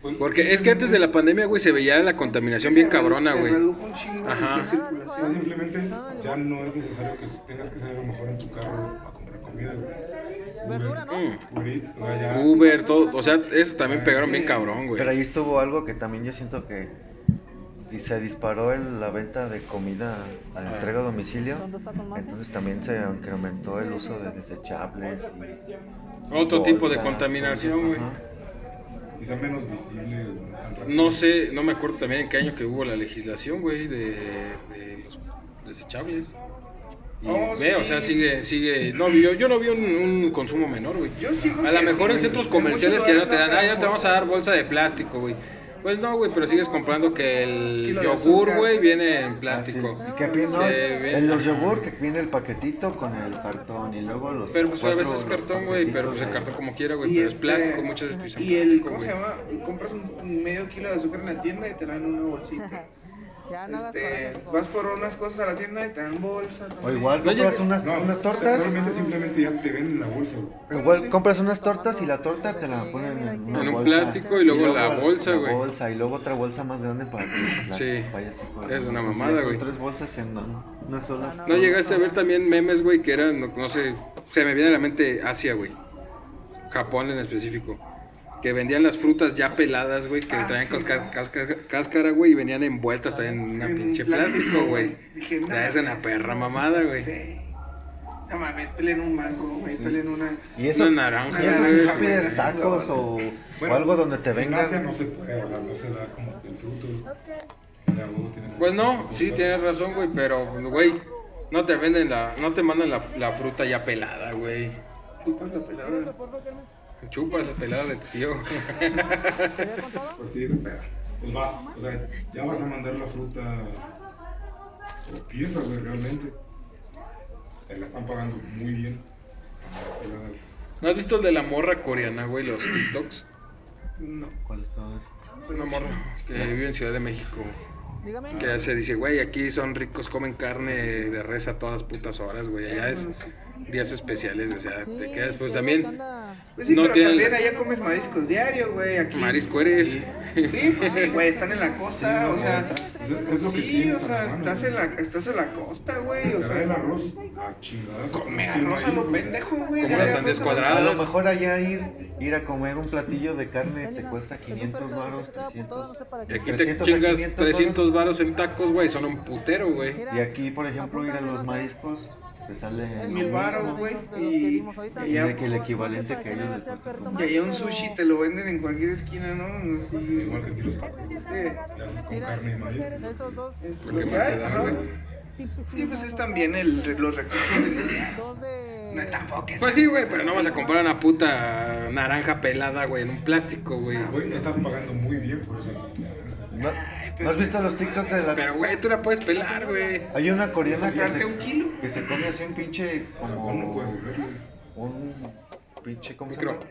Pues, sí,
porque es que antes de la pandemia, güey, se veía la contaminación bien
Se
cabrona,
redu- se
güey.
redujo un chingo
Ajá.
la circulación.
O sea, simplemente ya no es necesario que tengas que salir a lo mejor en tu carro a comprar comida, güey.
Verdura, ¿no?
Mm.
Uber Eats, o sea, ya-
Uber, todo. O sea, eso también pegaron bien
Ah, Sí.
cabrón, güey.
pero ahí estuvo algo que también yo siento que di- se disparó el- la venta de comida a
Ah.
la entrega a domicilio.
Son dos tacos más. ¿eh?
Entonces también se incrementó el uso de desechables. y
Otro tipo de
bolsas,
contaminación, güey.
ajá.
Quizá menos visible, güey, tan rápido.
No sé, no me acuerdo también en qué año que hubo la legislación, güey, de, de los desechables. Y
Oh,
ve,
sí.
o sea, sigue, sigue. No, yo, yo no vi un, un consumo menor, güey.
Yo sigo
A lo
que
mejor
sí,
en centros
güey.
comerciales que
En
ya
muchos
no te dan,
lugares
ah, ya te vamos a
bolsa".
dar bolsa de plástico, güey. Pues no, güey, pero sigues comprando que el
Kilo de
yogur,
azúcar.
güey, viene en plástico.
Ah, sí. Y que viene, no,
Que viene-
en los yogur que viene el paquetito con el cartón y luego los.
Pero pues a
cuatro-
veces es
los
cartón, güey, pero pues el
paquetitos
cartón
de-
como quiera, güey,
Y
pero es
este-
plástico, muchas veces usan
Y el,
plástico,
¿cómo se
güey.
llama? Compras un medio kilo de azúcar en la tienda y te dan una bolsita.
Ya nada
Este,
más
vas por unas cosas a la tienda y te dan bolsa.
O
también.
igual
No
compras
llegué-
unas,
No,
unas
O sea,
tortas.
normalmente simplemente ya te venden la bolsa, güey.
Igual compras unas tortas y la torta te la ponen en, una
En un
bolsa.
plástico y luego la bolsa,
la
güey.
bolsa, y luego otra bolsa más grande para que la
Sí,
vayas y juegues.
es una
Entonces,
mamada,
son
güey.
tres bolsas en una, una sola.
No llegaste a ver también memes, güey, que eran, no, no sé, se me viene a la mente Asia, güey. Japón en específico. Que vendían las frutas ya peladas, güey, que
Ah,
traían
sí,
casca-
güey.
casca- cáscara, güey, y venían envueltas también en una
En
pinche plástico, güey.
Dije, no
Ya es una
mames.
perra mamada, güey.
Sí. No mames, pelen un mango, güey, pelen una.
Y eso,
Una naranja,
y eso
güey,
sí
güey,
pides
güey.
sacos o,
Bueno,
o algo donde te
En Asia
vengan.
no se puede, o sea, no se da como que el fruto. Mira, huevo, tiene que-
Pues no, sí, tienes razón, güey, pero, güey, no te venden la, no te mandan la, la fruta ya pelada, güey.
Tú con la
Este,
pelada.
Chupa esa pelada de tu tío.
Pues sí, pero, pues va, o sea, ya vas a mandar la fruta o pieza, güey, realmente. Te la están pagando muy bien. O sea,
Pues
¿No has visto el de la morra coreana, güey, los TikToks?
No.
¿Cuál es todo eso?
Una morra que vive en Ciudad de México,
Dígame.
que se dice, güey, aquí son ricos, comen carne de res a todas putas horas, güey, allá es días especiales, o sea,
Sí,
te quedas, pues
sí, que
también,
anda-
Pues sí,
No
pero
tienen-
también allá comes mariscos diario, güey. Aquí.
marisco eres.
Sí, pues sí, güey, están en la costa, o sea.
o sea, es lo que
Sí, o
tienes. a la
sea,
mano,
estás
güey.
en la, estás en la costa,
Se
güey,
te
o
da el
sea.
arroz a chingadas.
Come
Tiene
Arroz a
maíz,
lo
güey.
pendejo, güey.
Como
ya
las
había
sandías
puesto la-
cuadradas.
A lo mejor allá ir, ir a comer un platillo de carne te cuesta 500 baros, 300.
Y aquí
300
te
a
chingas
500
300 varos en tacos, güey, son un putero, güey.
Y aquí, por ejemplo, ir a los mariscos te sale...
Mil baros, güey, y- y
Y
ya-
de que el equivalente que ellos les cuesta como-
Y allá un sushi te lo venden en cualquier esquina, ¿no? Así,
Igual que aquí los tacos. güey.
Sí.
Le haces con carne y maíz. que-
Estos dos.
Es
Lo que
pues,
lo que
más te
hay,
da,
pues, ¿no?
güey.
Sí, pues es también el, los recursos del lugar.
Dos de.
No, tampoco es-
Pues sí, güey, pero no vas a comprar una puta naranja pelada, güey, en un plástico, güey.
Ah,
Güey, estás pagando muy bien por esa cantidad.
¿No, ¿no has visto los TikToks de la...
Pero, güey, tú la puedes pelar, güey.
Hay una coreana que
Sacarte un
se,
kilo.
que se come así un pinche como
¿Cómo no puedes hacerlo?
un pinche ¿cómo se
Micro.
llama?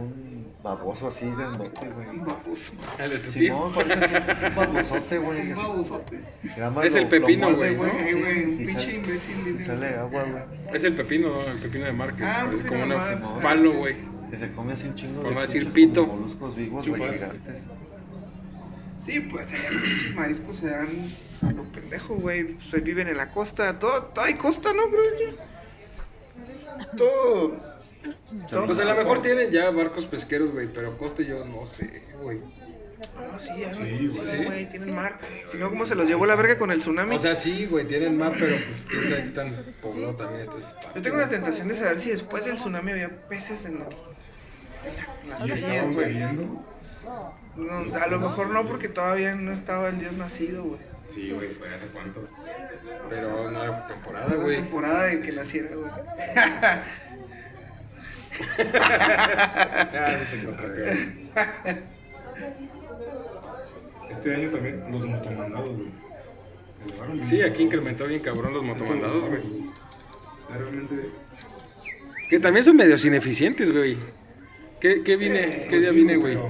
Un baboso así grandote, güey.
Un baboso.
El de tu tío.
Simón, parece así un babosote, güey.
Un
así.
babosote.
Que nada más
Es el pepino,
muerde,
güey, ¿no?
Sí,
Eh, güey, un
y
pinche
sale-
imbécil,
y
dile.
Sale agua, güey.
Es el pepino, ¿no? el pepino de marca.
Ah, un
es
pepino
como
de
una
marca.
palo, güey.
Que se come así un chingo
Por no decir
pinches
pito.
como moluscos vivos, güey,
Chupas.
gigantes.
Sí, pues allá los pinches mariscos se dan a lo pendejo, güey. Se viven en la costa. Todo, todo hay costa, ¿no, bro? Ya. Todo. todo-
Pues a lo mejor tienen ya barcos pesqueros, güey, pero coste yo no sé, güey.
No, Ah, sí, ya,
Sí,
güey.
güey.
Sí, güey, tienen mar. Si no, ¿cómo se los llevó la verga con el tsunami?
O sea, sí, güey, tienen mar, pero pues quién sabe qué tan poblado también este es.
Yo tengo la tentación de saber si después del tsunami había peces en, en las
Y
calles,
estaban
güey.
bebiendo.
No, o sea, a lo mejor no, porque todavía no estaba el dios nacido, güey.
Sí, güey, fue hace cuánto.
Pero no era temporada,
Era la
Ah, güey.
temporada de que naciera, güey.
Ah, sí te encontré, peor.
Este año también los motomandados, güey. Se elevaron bien.
Sí, aquí incrementó bien cabrón los motomandados, güey.
Ya Realmente.
Que también son medios ineficientes, güey. ¿Qué, qué vine? ¿Qué
pues
día
sí,
vine, güey?
pero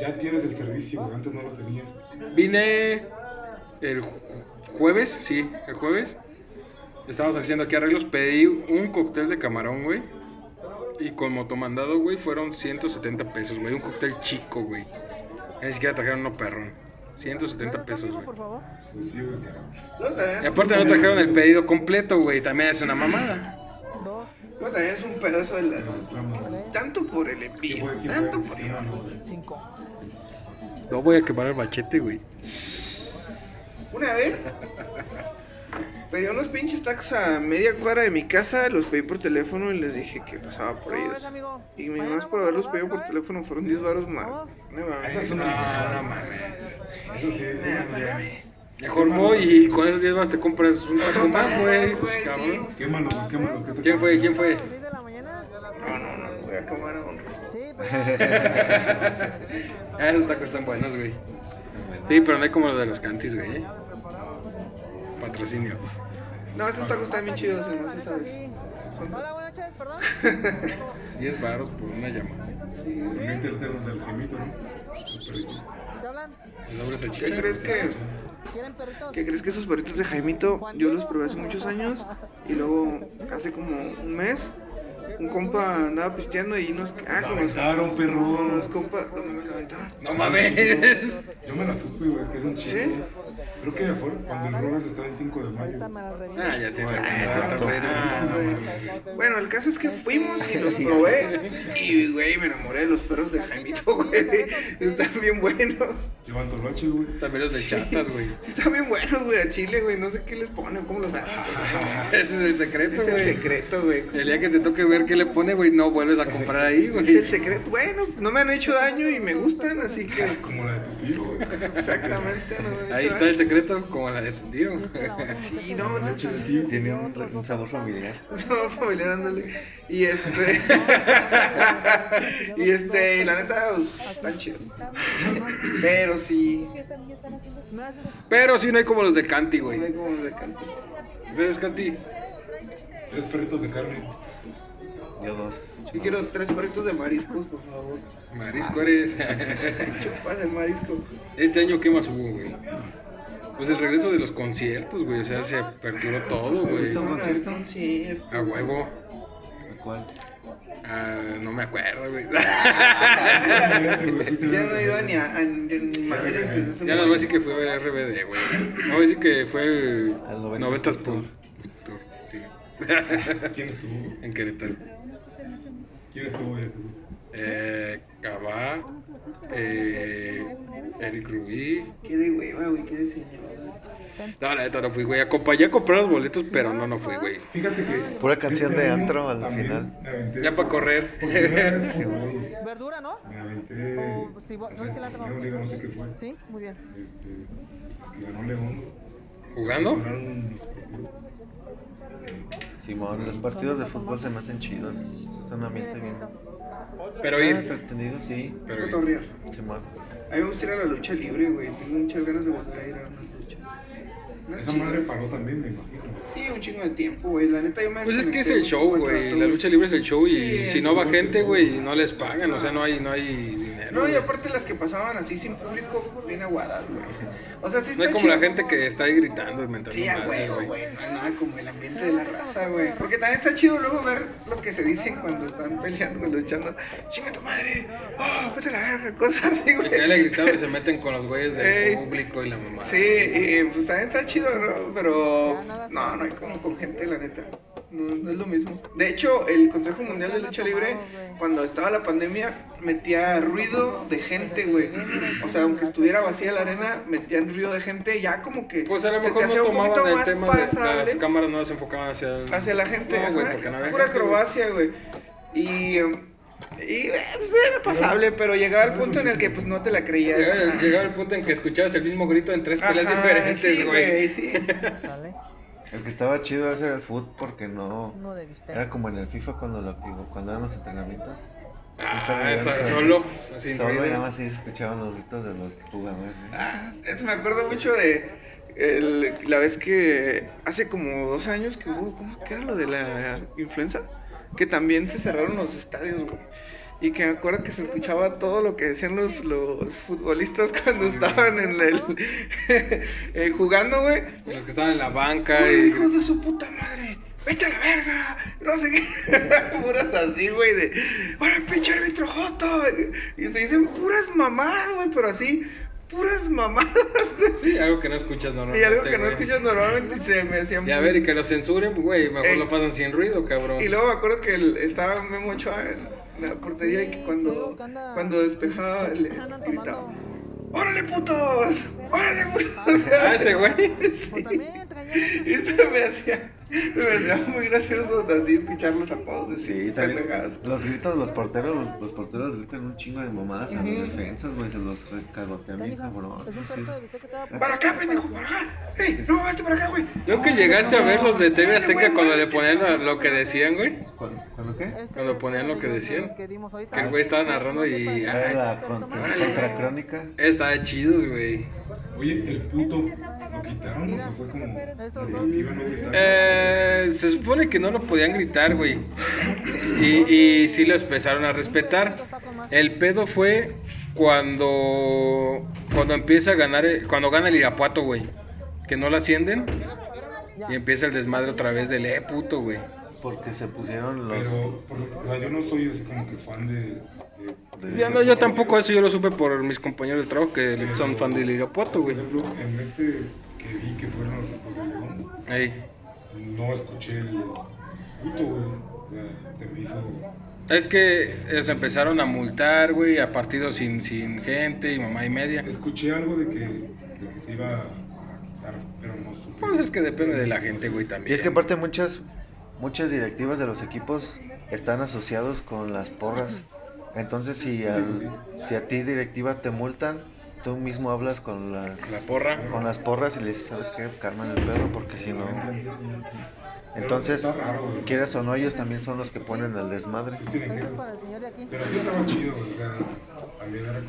Ya tienes el servicio, güey. Antes no lo tenías.
Vine el ju- jueves, sí, el jueves. Estábamos haciendo aquí arreglos. Pedí un cóctel de camarón, güey. Y con motomandado, güey, fueron 170 pesos, güey. Un cóctel chico, güey. Ni siquiera trajeron uno perrón. 170 pesos, güey.
Por favor.
Pues sí, güey, pero-
Luego también,
Y
es,
aparte no trajeron el pedido completo, güey. También es una mamada.
Dos.
luego también es un pedazo de la...
la madre.
Tanto por el
¿Quién
envío,
fue? ¿Quién
tanto
fue?
por
No,
el
no, güey.
Cinco.
No voy a quemar el machete, güey.
Una vez pedí unos pinches tacos a media cuadra de mi casa, los pedí por teléfono y les dije que pasaba por
¿Cómo
ellos.
ves, amigo?
Y mi
Mañana
más por
vamos a
haberlos
probar
pedido
otra
por
vez.
teléfono fueron 10 baros más.
Vamos.
No mames.
Esas son
No,
mamadas.
no mames.
Eso sí, eso ya es.
Mejor voy y con esos 10 más te compras un taco más, güey.
Güey, sí.
Cabrón.
Quémalo, güey, quémalo. ¿qué te-
¿Quién fue? ¿Quién
¿A
fue?
las seis de la mañana?
No, no, no, voy a acabar a don Rafa.
Sí, pues,
Ah, esos tacos están buenos, güey. Sí, pero no hay como los de los cantis, güey. ¿eh? Patrocinio.
No, esos tacos están bien chidos, además, ya ¿sabes? Son-
Hola, buenas noches, perdón.
10 baros por una llamada.
Sí.
Realmente el termo del gemito, ¿no? Los perritos.
¿Te hablan?
¿El doble salchicha?
¿Qué crees que,
¿Quieren perritos?
qué crees que esos perritos de Jaimito yo los probé hace muchos años y luego hace como un mes un compa andaba pisteando y nos ah,
La
con los,
aventaron,
con los
perro.
compas no me aventaron.
¡No mames!
Yo me la supe, güey, que es un chingo.
¿Sí?
Creo que afuera, cuando el Rogas estaba en 5 de mayo.
Ahorita me las reviento.
Ah, ya te
Bueno,
eh, te
ah,
tardé,
ah,
no,
güey.
mames, güey.
Bueno, el caso es que fuimos y los probé y güey, me enamoré de los perros de Jaimito, güey. Están bien buenos.
Llevan toloche, güey.
También los de chatas, güey.
Sí, están bien buenos, güey, a Chile, güey. No sé qué les ponen, cómo los hacen.
Ah,
Ese es el secreto,
Es el
güey.
secreto, güey.
El día que te toque ver qué le pone, güey, no vuelves a comprar ahí, güey.
Es el secreto. Bueno, no me han hecho daño y me gustan, así que
Como la de tu tío, güey.
exactamente no me han
Ahí
hecho
está el
daño.
secreto, como la de tu tío.
Y es que la buena
Sí,
muchacha
no,
de
no,
raza,
sí,
¿no?
Tiene
Yo
un,
otros
un
dos
sabor
personas.
familiar.
Somos familiar, ándale. Y este. y este, la neta, pues, están chidos. Pero sí.
Me haces-
Pero sí, no hay como los de Canti,
No hay
güey.
como de canto.
¿Ves, Canti?
Tres perritos de carne.
Yo dos.
Yo quiero tres perritos de mariscos, por favor.
Marisco eres.
Chupas el marisco.
Este año, ¿qué más hubo, güey? Pues el regreso de los conciertos, güey. O sea, se aperturó todo, güey.
¿Fuiste a un concierto?
Sí.
A huevo.
¿Cuál?
Ah, no me acuerdo, güey.
Ah,
Ya no he ido ni a, a- ni a Madrid desde hace
Ya no
un
voy a
buen.
decir que fue RBD, güey. No voy a decir que fue
Al noventas Pop
90 Pop
Tour.
Tour. Sí,
¿Quién estuvo?
en Querétaro.
¿Quién estuvo ya, Jesús?
Eh, Cabá, eh, Eric Rubí.
Qué de hueva, güey, qué de señora.
No, la neta no fui, güey. Acompañé a comprar los boletos, pero no, no fui, güey.
Fíjate que.
Pura canción
este
de
año
antro al
también
final.
me aventé
Ya pa'
por-
correr.
Por primera vez fútbol, güey.
Verdura, ¿no?
Me aventé.
O si vo-
o
no,
sea,
si la
torneo
tomamos.
liga, no sé qué fue.
Sí, muy bien.
Este, que ganó León.
¿Jugando?
Ganaron los partidos.
Simón, los partidos de fútbol se me hacen chidos. Es un ambiente bien.
Pero
Ah,
ir.
entretenido, sí.
Pero ir.
Cotorrear.
Simón.
A mí me gusta ir a la lucha libre, güey. Tengo muchas ganas de volver a ir a una lucha. Unas
Esa
chingas.
madre paró también, me imagino.
Sí, un chingo de tiempo, güey. La neta, yo me
Pues es que es
desconecté
el show,
un buen
güey.
rato,
La lucha libre es el show
Sí,
y si
es
no va
un-
gente, güey, no les pagan. O sea, no hay, no hay dinero.
No, y
güey.
aparte las que pasaban así sin público, bien aguadas, güey. O sea, sí está
No hay como la
chido.
gente que está ahí gritando y mentando.
Sí, a
madres,
huevo, güey. Ah, No hay nada como el ambiente de la raza, güey. Porque también está chido luego ver lo que se dicen cuando están peleando, luchando. Chinga tu madre. Oh, vete a la verga, cosas así,
Y que le
güey.
gritaron y se meten con los güeyes
Ey.
del público y la mamá.
Sí, eh, pues también está chido, ¿no? Pero
Ya, nada más
no,
con-
no hay como con gente, la neta. No, no es lo mismo. De hecho, el
Pues
Consejo Mundial de Lucha Libre, cuando estaba la pandemia, metía ruido de gente, güey. O sea, aunque estuviera vacía la arena, metían ruido de gente, ya como que
Pues a lo
se te
mejor
hacía
no
un poquito
tomaban el
más
tema de
pasable
las cámaras, no se enfocaban hacia, el-
hacia la gente.
No, güey,
ajá,
porque no había
pura
gente, güey.
acrobacia, güey. Y, em, y eh, pues era pasable, pero llegaba el punto en el que pues no te la creías.
Llegaba,
ajá.
llegaba el punto en que escuchabas el mismo grito en tres peleas
Ajá, sí,
diferentes, güey.
Sí,
Sale.
El que estaba chido era hacer el foot porque no.
Uno de bistec.
Era como en el FIFA cuando lo activo, cuando eran los entrenamientos.
Ah,
Nunca me
so-
dieron-
solo, sin
Solo y
ruido.
nada más sí escuchaban los gritos de los jugadores. ¿no?
Ah, eso me acuerdo mucho de el- la vez que hace como dos años que hubo, ¿cómo que era lo de la influenza? Que también se cerraron los estadios, güey. Y que me acuerdo que se escuchaba todo lo que decían los, los futbolistas cuando estaban en el, eh, jugando, güey.
Los que estaban en la banca
¡Ay,
y...
hijos de su puta madre! ¡Vete a la verga! No sé qué. puras así, güey, de. ¡Ahora pinche árbitro joto! Y se dicen puras mamadas, güey, pero así. Puras mamadas, güey.
Sí, algo que no escuchas normalmente.
Y algo que no
güey.
escuchas normalmente se me hacía
Y a
muy-
ver, y que lo censuren, güey, mejor
Ey.
lo pasan sin ruido, cabrón.
Y luego me acuerdo que el- estaba Memo Ochoa en la portería y que cuando, cuando despejaba le
Andan
gritaba:
tomando.
¡Órale, putos! ¡Órale, putos!
Ah, ese güey.
Pues también traía.
Y se me hacía. Me parecía muy gracioso así escucharlos a todos decir
Sí, también.
pendejadas.
Los gritos, los porteros, los, los porteros gritan un chingo de mamadas a
Ujú.
los defensas, güey. Se los recagotean bien
hijo,
cabrón.
Es un
sí.
perrito de bistec que estaba por-
¡Para acá, pendejo! ¡Para acá! ¡Ey! ¡No, este para acá, güey!
¿No que llegaste a ver los de TV Azteca cuando le ponían lo, lo que decían, güey?
¿Cuándo, cuándo qué?
Este
Cuando ponían lo
de
que
los
decían,
que dimos ahorita. Este
que el güey estaba narrando y-
No sé para
Era
qué,
la
pero
contra-
tomando-
contracrónica.
Estaba chidos, güey.
Oye, el puto lo quitaron, o sea, fue como. La directiva no está.
Eh, se supone que no lo podían gritar, güey. Y, y sí lo empezaron a
Este
respetar. El pedo fue cuando cuando empieza a ganar, el- cuando gana el Irapuato, güey. Que no lo ascienden y empieza el desmadre otra vez del eh, puto, güey.
Porque se pusieron los.
Pero, por lo- o sea, yo no soy así como que fan de. de-
de-
Ya no, yo tampoco, eso yo lo supe por mis compañeros de trabajo que
pero-
son fan del Irapuato, güey.
Por ejemplo, en este que vi que fueron los, los de León,
Ahí.
no escuché el puto, güey. O sea, se me hizo.
Es que ellos empezaron a multar, güey, a partidos sin, sin gente y mamá y media.
Escuché algo de que, de que se iba a quitar, pero no supe.
Pues es que depende de la gente, güey, también.
Y es que aparte muchas, muchas directivas de los equipos están asociados con las porras. Entonces si, al-
Sí,
si a ti directiva te multan, tú mismo hablas con las,
La porra.
con las porras y le dices, ¿sabes qué? Carmen el perro porque si no...
Entonces,
Entonces,
está raro, güey.
quieras o no, ellos también son los que ponen el desmadre.
Pues tiene que.
Esto es para Este el señor de aquí.
Pero sí estaba chido, güey, o sea, también era como.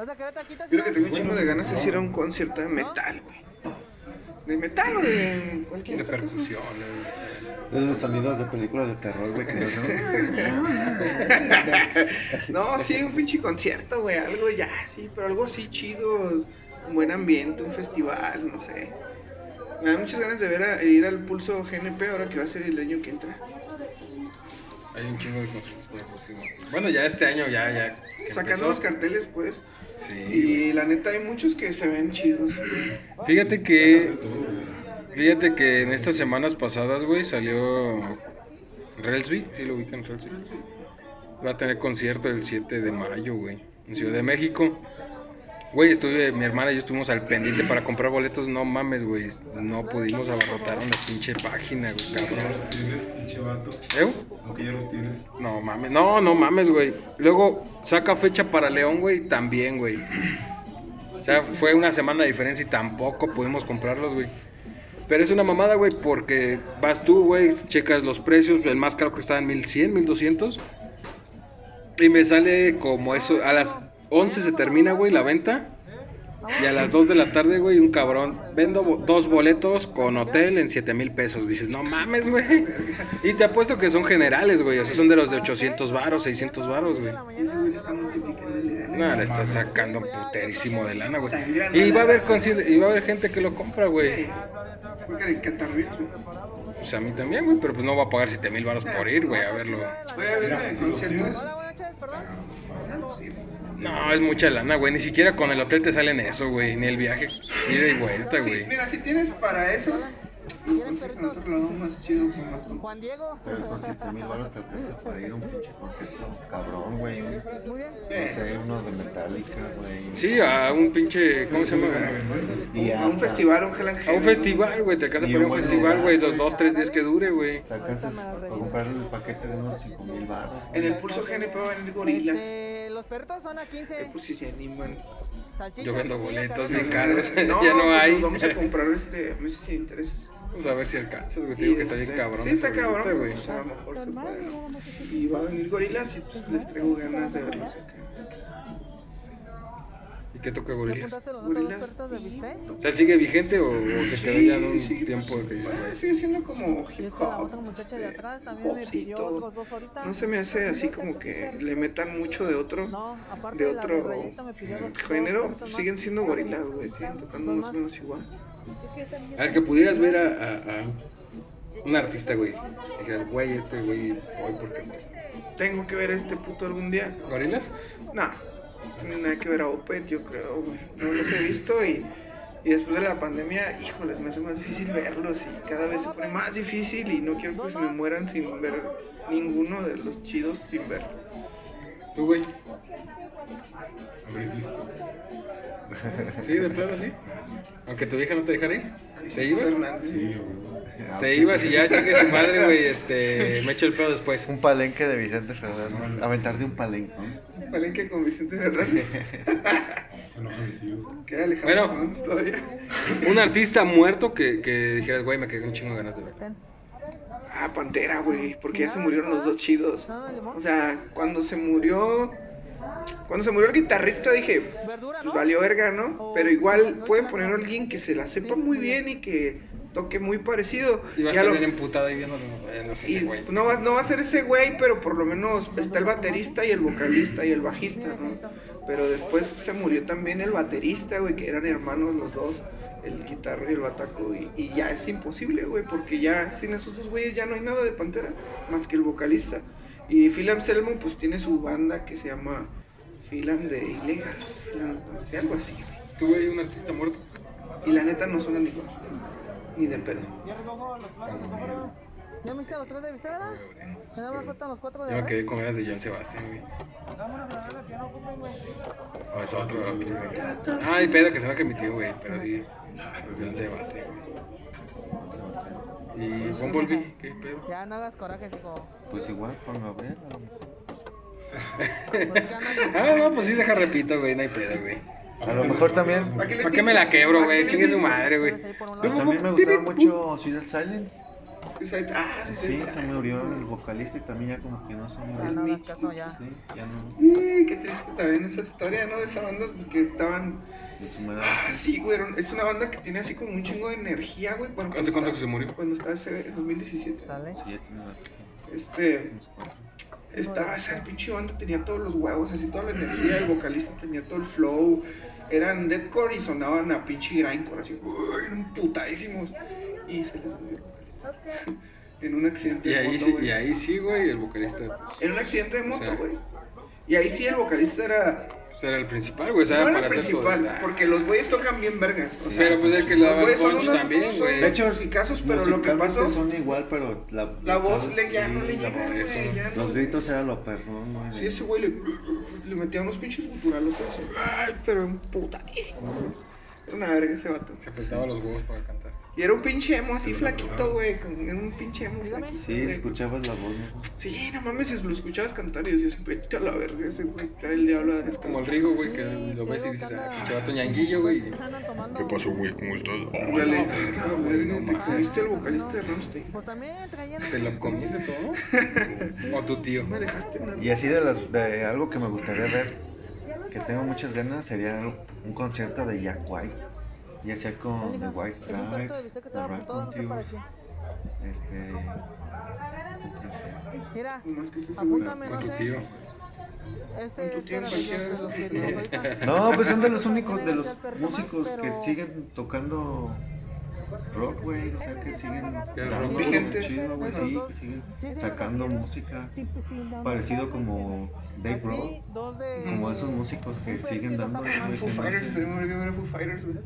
Haz la careta, quitas y
Creo que
vas.
tengo un
pues,
chingo de ganas de ir a un concierto de metal, güey. ¿De metal o de cualquier
De
otra cosa?
percusiones, güey.
Es los sonidos de películas de terror, güey, que no
No, sí, un pinche concierto, güey. Algo ya, sí, pero algo así chido. Un buen ambiente, un festival, no sé. Me da muchas ganas de ver a, ir al pulso GNP ahora que va a ser el año que entra.
Hay un chingo de construcciones. Bueno, ya este año, ya, ya. que
Sacando
empezó.
los carteles, pues.
Sí.
Y la neta, hay muchos que se ven chidos.
güey. Fíjate
Sabe
que,
todo, güey.
fíjate que en estas semanas pasadas, güey, salió Relsby, sí lo ubican Relsby. Va a tener concierto el 7 de mayo, güey, en Ciudad de México. Güey, estuve, mi hermana y yo estuvimos al pendiente para comprar boletos, no mames, güey. No pudimos abarrotar una pinche página, güey,
Como que ya
cabrón.
los tienes, pinche vato.
¿Eh?
Como que ya los tienes.
No mames, no, no mames, güey. Luego saca fecha para León, güey, también, güey. O sea, fue una semana de diferencia y tampoco pudimos comprarlos, güey. Pero es una mamada, güey, porque vas tú, güey, checas los precios, el más caro que estaba en 1100, 1200. Y me sale como eso, a las 11 se termina, güey, la venta. Y a las 2 de la tarde, güey, un cabrón, vendo bo- dos boletos con hotel en 7 mil pesos. Dices, no mames, güey. Y te apuesto que son generales, güey. O sea, son de los de 800 varos, 600 varos, güey.
Ese güey le está multiplicando el dinero.
Nada, le está sacando puterísimo de lana, güey.
Sangrando
Y va a haber
la
consider- y va a haber gente que lo compra, güey.
Sí, Porque de catarrismo.
Pues a mí también, güey, pero pues no va a pagar 7 mil varos por ir, güey, a verlo.
Voy a ver
Mira,
el
si los tienes,
concierto.
Hola, buenas noches, perdón.
No, es mucha lana, güey. Ni siquiera con el hotel te salen eso, güey. Ni el viaje. Ida y vuelta,
Sí,
güey.
mira, si tienes para eso, los
¿Quieren
conciertos en
perritos?
otro lado más chido, con más con-
Juan Diego.
Pero con 7 mil baros te alcanza para ir a un pinche concierto cabrón, güey. un-
Muy bien.
No sé, uno de Metallica, güey.
Sí, a un pinche. ¿Cómo se
Van a
llama?
vender.
Y
A un
hasta-
festival, un gel and
A
Gel,
un festival, güey. Te alcanza
Y
para ir a
un
un
buen
festival,
lugar.
güey. Los dos, tres días que dure, güey.
Te alcanzas para comprar el paquete de unos 5 mil baros.
En el pulso GNP va a venir gorilas.
Este, los perritos son a 15.
Eh, pues si se animan.
Salchicha,
Yo vendo
quesillo,
boletos
carne.
bien caros. Ya
pues,
no hay.
nos Vamos a comprar este, a ver si se intereses.
Vamos a ver si alcanzas, güey. Te digo que está bien
Este,
cabrón.
Sí, está
esa
cabrón,
revista,
pero, pues a lo mejor se puede. ¿no? Y va a venir gorilas y pues les traigo ganas de verlos acá.
¿Y qué toca
¿Se
gorilas?
apuntaste los otros dos
Gorilas.
perritos de bistec?
O sea, ¿sigue vigente o, o se quedó ya en un
sí,
tiempo
pues,
que
bueno, sigue siendo como
Y
hip
es que la otra
hop.
muchacha de
este,
atrás también me pidió
popcito.
otros dos ahorita.
No se me hace así como que le metan mucho de otro.
No, aparte
de
de la
otro
rayita me pidió dos- dos
género
perritos más.
siguen siendo gorilas, güey, siguen tocando más o menos igual.
Al que pudieras ver a, a- a un artista, güey. Dijeras, güey, este güey, hoy porque.
Tengo que ver a este puto algún día.
¿Gorilas?
Nah, nada que ver a Opet, yo creo, güey. No los he visto y, y después de la pandemia, híjoles, me hace más difícil verlos y cada vez se pone más difícil y no quiero que se me mueran sin ver ninguno de los chidos sin ver.
¿Tú, güey?
Abrir disco.
Sí, de plano, sí. Aunque tu vieja no te dejara ir. ¿Te ibas?
Sí, güey.
Ah,
Te ibas y ya, chingue su madre, güey, este, me echo el pedo después.
Un palenque de Vicente Fernández. Aventar de un palenque.
Un palenque con Vicente Fernández.
Se enoja mi tío.
Que era Alejandro
Bueno.
Fernández todavía.
Un artista muerto que, que dijeras, güey, me quedé un chingo de ganas de ver.
Ah, Pantera, güey, porque ya se murieron los dos chidos.
¿Nada de limón?
O sea, cuando se murió. Cuando se murió el guitarrista dije,
Verdura, ¿no?
pues valió verga, ¿no? Pero igual pueden poner a alguien que se la sepa muy bien y que toque muy parecido.
Iba a
Ya
estar
lo-
bien emputado ahí viéndolo. eh, no sé
y
si, güey.
no, va, no va a ser ese güey, pero por lo menos está el baterista y el vocalista y el bajista, ¿no? Pero después se murió también el baterista, güey, que eran hermanos los dos, el guitarro y el bataco, y, y ya es imposible, güey, porque ya sin esos dos güeyes ya no hay nada de Pantera, más que el vocalista. Y Phil Anselmo, pues tiene su banda que se llama Phil and the Illegals, Phil and the Illegals, algo así. güey.
¿Tú, güey, un artista muerto?
Y la neta no suena igual, ni de pedo.
Ya recojo los platos, por favor. ¿Ya viste a los tres de viste, verdad? Ya Nada más faltan los cuatro de
Yo me
arroz.
quedé con ganas de John Sebastián, güey.
Vámonos a la que no ocupen, güey.
No, es otro, otro, güey. Ay, pedo que se va que mi tío, güey, pero sí. John Sebastián, güey. ¿Y
Pues,
Bumblebee? ¿Qué pedo?
Ya no hagas corajes, hijo.
Pues igual, Juan Gabriel. a lo mejor.
Pues
Ah, no, pues sí, deja repito, güey, no hay pedo, güey.
A lo mejor también.
¿Para qué le
¿Para qué me la
pinches?
quebro,
¿Para qué
güey?
le
Chingue su
pinches?
madre, güey.
También me gustaba mucho Suicide Silence.
Sí, sí, Ah, sí,
Sí,
sí.
se murió el vocalista y también ya como que no se
Ya no
murió.
hagas caso, ya.
Sí, ya no.
Eh, qué triste también esa historia, ¿no? De esa banda que estaban.
De su manera.
Ah, sí, güey. era un- Es una banda que tiene así como un chingo de energía, güey. Bueno,
¿Hace cuánto que se
está-
murió?
Cuando estaba ese 2017.
Sale.
Sí, ya tiene la-
Este.
unos cuatro.
Estaba esa pinche banda, tenía todos los huevos, así toda la energía. El vocalista tenía todo el flow. Eran deadcore y sonaban a pinche grindcore, así. uy, eran putadísimos. Y se les murió el vocalista. En un accidente.
Y
de
ahí
moto,
sí,
güey.
y ahí sí, güey, el vocalista.
En un accidente de
O sea.
moto, güey. Y ahí sí el vocalista era.
Pues era el principal, güey, o sea,
no era
para
el
hacer todo.
principal, porque los güeyes tocan bien vergas. O sea,
Pero pues el que la
Los
daba el
güeyes son
punch
unos-
también,
son-
güey.
De hecho, musicazos, pero lo que pasó-
musicalmente Son igual, pero la,
La voz le, ya
sí,
no le
la
llega,
voz,
güey.
eso.
ya no.
Los gritos eran lo perrón, güey.
Sí, ese güey le, le metía unos pinches guturales. así. Ay, pero emputadísimo. güey. Era una verga ese vato.
Se apretaba los huevos para cantar.
Y era un pinche emo así
Pero
flaquito,
ah.
no.
güey. con- Era un pinche emo flaquito.
Sí,
güey.
escuchabas la voz, ¿no?
Sí, no mames, si lo escuchabas cantar y decías, vete a la verga, ese güey, trae el diablo de
Es como el Rigo, güey, que lo ves y dices, ah, pinche vato ñanguillo, güey. y-
Andan pues, tomando.
¿Qué pasó, güey? ¿Cómo estás?
Órale,
No,
no,
güey,
güey,
no
te
mames.
comiste el vocalista de Rammstein.
Pues también traían.
¿Te lo comiste todo? ¿O tu tío?
No me dejaste nada.
Y así de las de algo que me gustaría ver, que tengo muchas ganas, sería algo- un concierto de Jack White. Ya sea con The White
Es un plato de
Stripes,
bistec que
The
estaba apuntado, no sé para
Raconteurs,
quién.
este... no sé.
Mira,
Nomás que estés
apúntame,
Con
no
tu
sé.
tío.
Este
Con tu tío en
es de los-
cualquiera
de
de
los que
esos.
digo ahorita.
No, pues son de los
Eso no
únicos de
tiene
los
que ser
músicos
perro
que
más,
siguen tocando rock, güey. O sea, que siguen
Que el
dando
rock
lo
vigente.
chido, güey. Sí,
Ajá.
que siguen
Sí, sí,
sacando
los-
música
Sí, pues, sí, nada más.
parecido como Dave
Aquí,
Grohl.
dos de-
Como esos músicos que
Un
siguen
perrito
dando,
está mamando.
güey.
Foo
que no
Fighters,
hacen-
tenemos que ver a Foo Fighters, güey.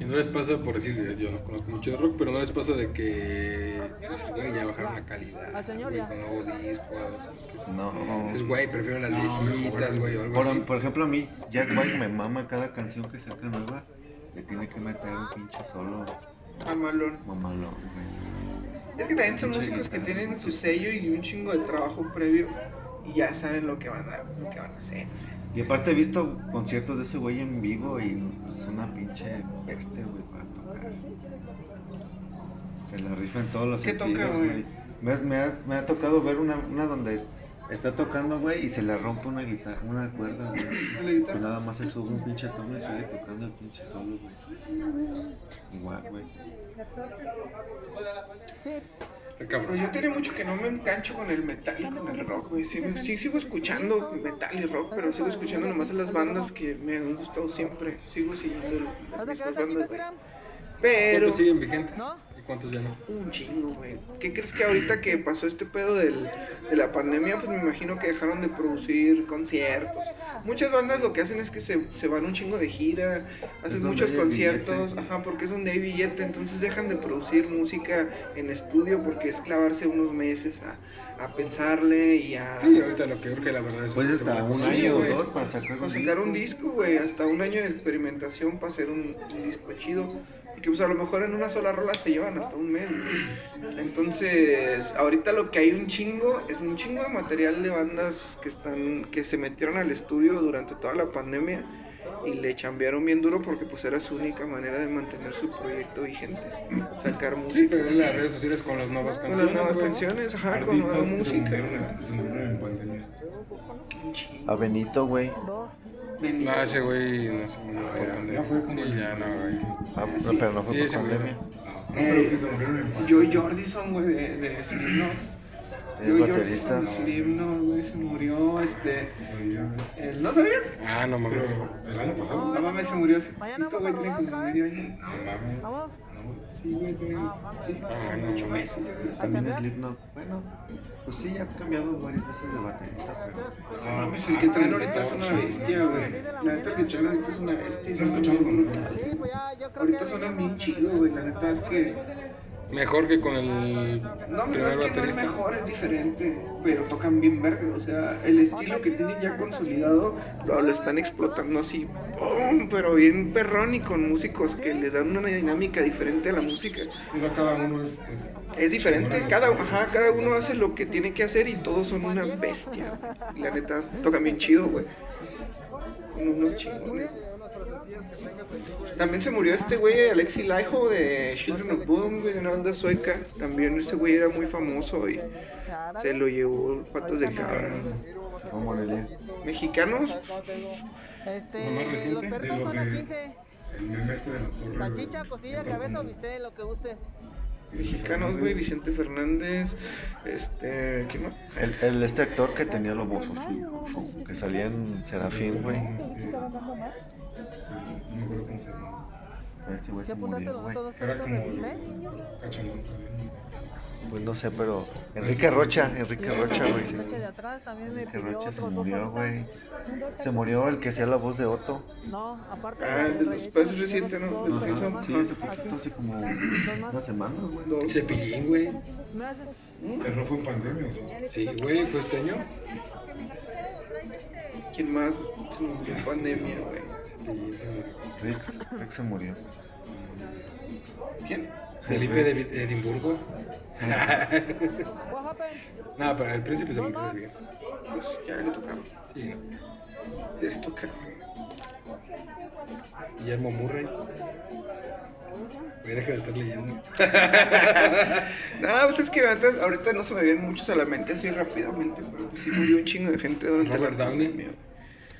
Y no les pasa, por decir, eh, yo no conozco mucho de rock, pero no les pasa de que dices, güey, ya bajaron la calidad.
Al señor
güey,
ya.
Con nuevo disco, o sea,
No.
dices, güey, prefiero las viejitas, güey, o algo así.
Por, por ejemplo, a mí, Jack White me mama cada canción que saca nueva. Le tiene que meter un pinche solo
A Malone.
mamalón, güey.
Es que también son músicos que tienen su sello y un chingo de trabajo previo y ya saben lo que van a, lo que van a hacer. o sea.
Y aparte he visto conciertos de ese güey en vivo y es una pinche bestia, güey, para tocar. Se la rifa en todos los
¿Qué toca,
sentidos,
güey?
Me, ha- me ha, me ha tocado ver una, una donde está tocando, güey, y se le rompe una guitarra, una cuerda, güey.
La
Y
guitarra.
nada más se sube un pinche tono y sigue tocando el pinche solo, güey. Igual, güey.
Sí,
Está cabrón.
Pues yo tiene mucho que no me engancho con el metal y con el rock, güey. Sí, me- sí sigo escuchando metal y rock, pero sigo escuchando nomás a las bandas que me han gustado siempre. Sigo siguiendo el-
¿Vas
las
a querer
mismas
taquitos,
bandas, güey.
Irán?
Pero
¿Cuántos siguen vigentes?
¿No?
¿Y ¿Cuántos ya no?
Un chingo, güey. ¿Qué crees que ahorita que pasó este pedo del- de la pandemia, pues me imagino que dejaron de producir conciertos? Muchas bandas lo que hacen es que se, se van un chingo de gira, hacen
donde
muchos
hay el
conciertos,
billete.
ajá, porque es donde hay billete, entonces dejan de producir música en estudio porque es clavarse unos meses a, a pensarle y a...
Sí, ahorita lo que urge, la verdad es.
Ah. Pues hasta un
Sí,
año o
güey.
dos para sacar
Para sacar un disco, güey, hasta un año de experimentación para hacer un, un disco chido. Porque pues a lo mejor en una sola rola se llevan hasta un mes. güey. Entonces, ahorita lo que hay un chingo, es un chingo de material de bandas que están, que se metieron al estudio durante toda la pandemia y le chambearon bien duro porque pues era su única manera de mantener su proyecto vigente. Sacar
Sí,
música.
pero en las redes sociales con las nuevas
Con
canciones.
las nuevas
güey.
canciones, ajá, con nueva
Artistas que se
música.
murieron en, que se murieron en pandemia.
Un chingo.
A Benito, güey.
No, ese Ah, güey no se murió por
Ah, ya,
pandemia.
ya fue como.
Sí,
en
ya no, güey.
pandemia.
Ah, no, pero no fue
Sí,
por
ese güey.
pandemia.
No, pero que se murieron en pandemia.
Joy Jordison, güey, de, de Slim Knot.
El
Joy
baterista,
Jordison de
no.
Slim Knot, güey, se murió, este...
No sabía, güey.
eh, ¿No sabías?
Ah, no mames.
Pero el año pasado.
No mames, se murió hace
Mañana
poquito, güey,
vamos a rodar
tiene como
otra
medio año.
No mames.
Vamos
No,
Sí, güey, tiene... Sí,
Ah, no,
ocho
no.
meses, yo creo.
También
cambiar?
Slipknot. Bueno, pues sí, ha cambiado varias veces de baterista, pero.
No mames, el que
Ah,
traen ahorita es una bestia, güey. La neta, el que traen ahorita es una bestia.
No he escuchado
bien
nada.
brutal.
Sí, pues ya, yo creo
Ahorita
que.
suena bien chido, güey, la neta es que...
Mejor que con el.
No, pero
primer
es que no es
baterista.
mejor, es diferente, pero tocan bien verga, o sea, el estilo que tienen ya consolidado lo, lo están explotando así, ¡pum! pero bien perrón y con músicos que les dan una dinámica diferente a la música.
O sea, cada uno es. es
Es diferente, cada, ajá, cada uno hace lo que tiene que hacer y todos son una bestia. Y la neta, tocan bien chido, güey. Son unos chingones. También se murió este güey, Alexi Laiho de Children of Bodom, güey, de una banda sueca. También ese güey era muy famoso y se lo llevó patas de cabra.
Se fue a Morelia.
Mexicanos,
Este.
Lo más reciente.
Los perros
De los
son a
de-
15.
el meme este de la torre. güey.
Salchicha, costilla,
Está
cabeza o
como-
viste lo que gustes.
mexicanos, güey, Vicente Fernández, este, ¿quién más?
El, el este actor que tenía los bozos, que salía en Serafín, güey.
Este, sí, No me acuerdo cómo se llama.
Este güey
¿Sí
se
apuntaste
murió,
los
güey.
otros dos
Era
perros
como.
que viste?
Cachangón también.
Pues no sé, pero. Enrique Rocha, Enrique Rocha, güey. se-
Rocha este, de atrás también me
Enrique
pidió
Rocha se
otros dos
murió,
ahorita.
güey. Se murió el que hacía la voz de Otto.
No, aparte.
Ah,
del
de los
relleno,
perros
me pidió
reciente,
dos-
¿no?
dos
De los
perros
Ajá,
Simpson.
más.
sí, hace
Aquí.
poquito, hace como unas semanas, güey.
Dos.
Cepillín, güey.
¿Me haces?
Pero no fue en pandemia, o sea.
Sí, güey, fue este año.
¿Quién más? Se murió en pandemia, güey.
Cepillín, sí, güey.
Rick, Rick se murió.
¿Quién? Felipe de Vid- Edimburgo.
What happened?
no, pero el príncipe se murió de viejo.
Pues ya le tocaba.
Sí, no.
Ya le tocaba.
Guillermo Murray. Güey, deja de estar leyendo.
Nada, pues es que antes, ahorita no se me vienen muchos a la mente así rápidamente, pero pues sí murió un chingo de gente durante
Robert
la
Downey.
pandemia.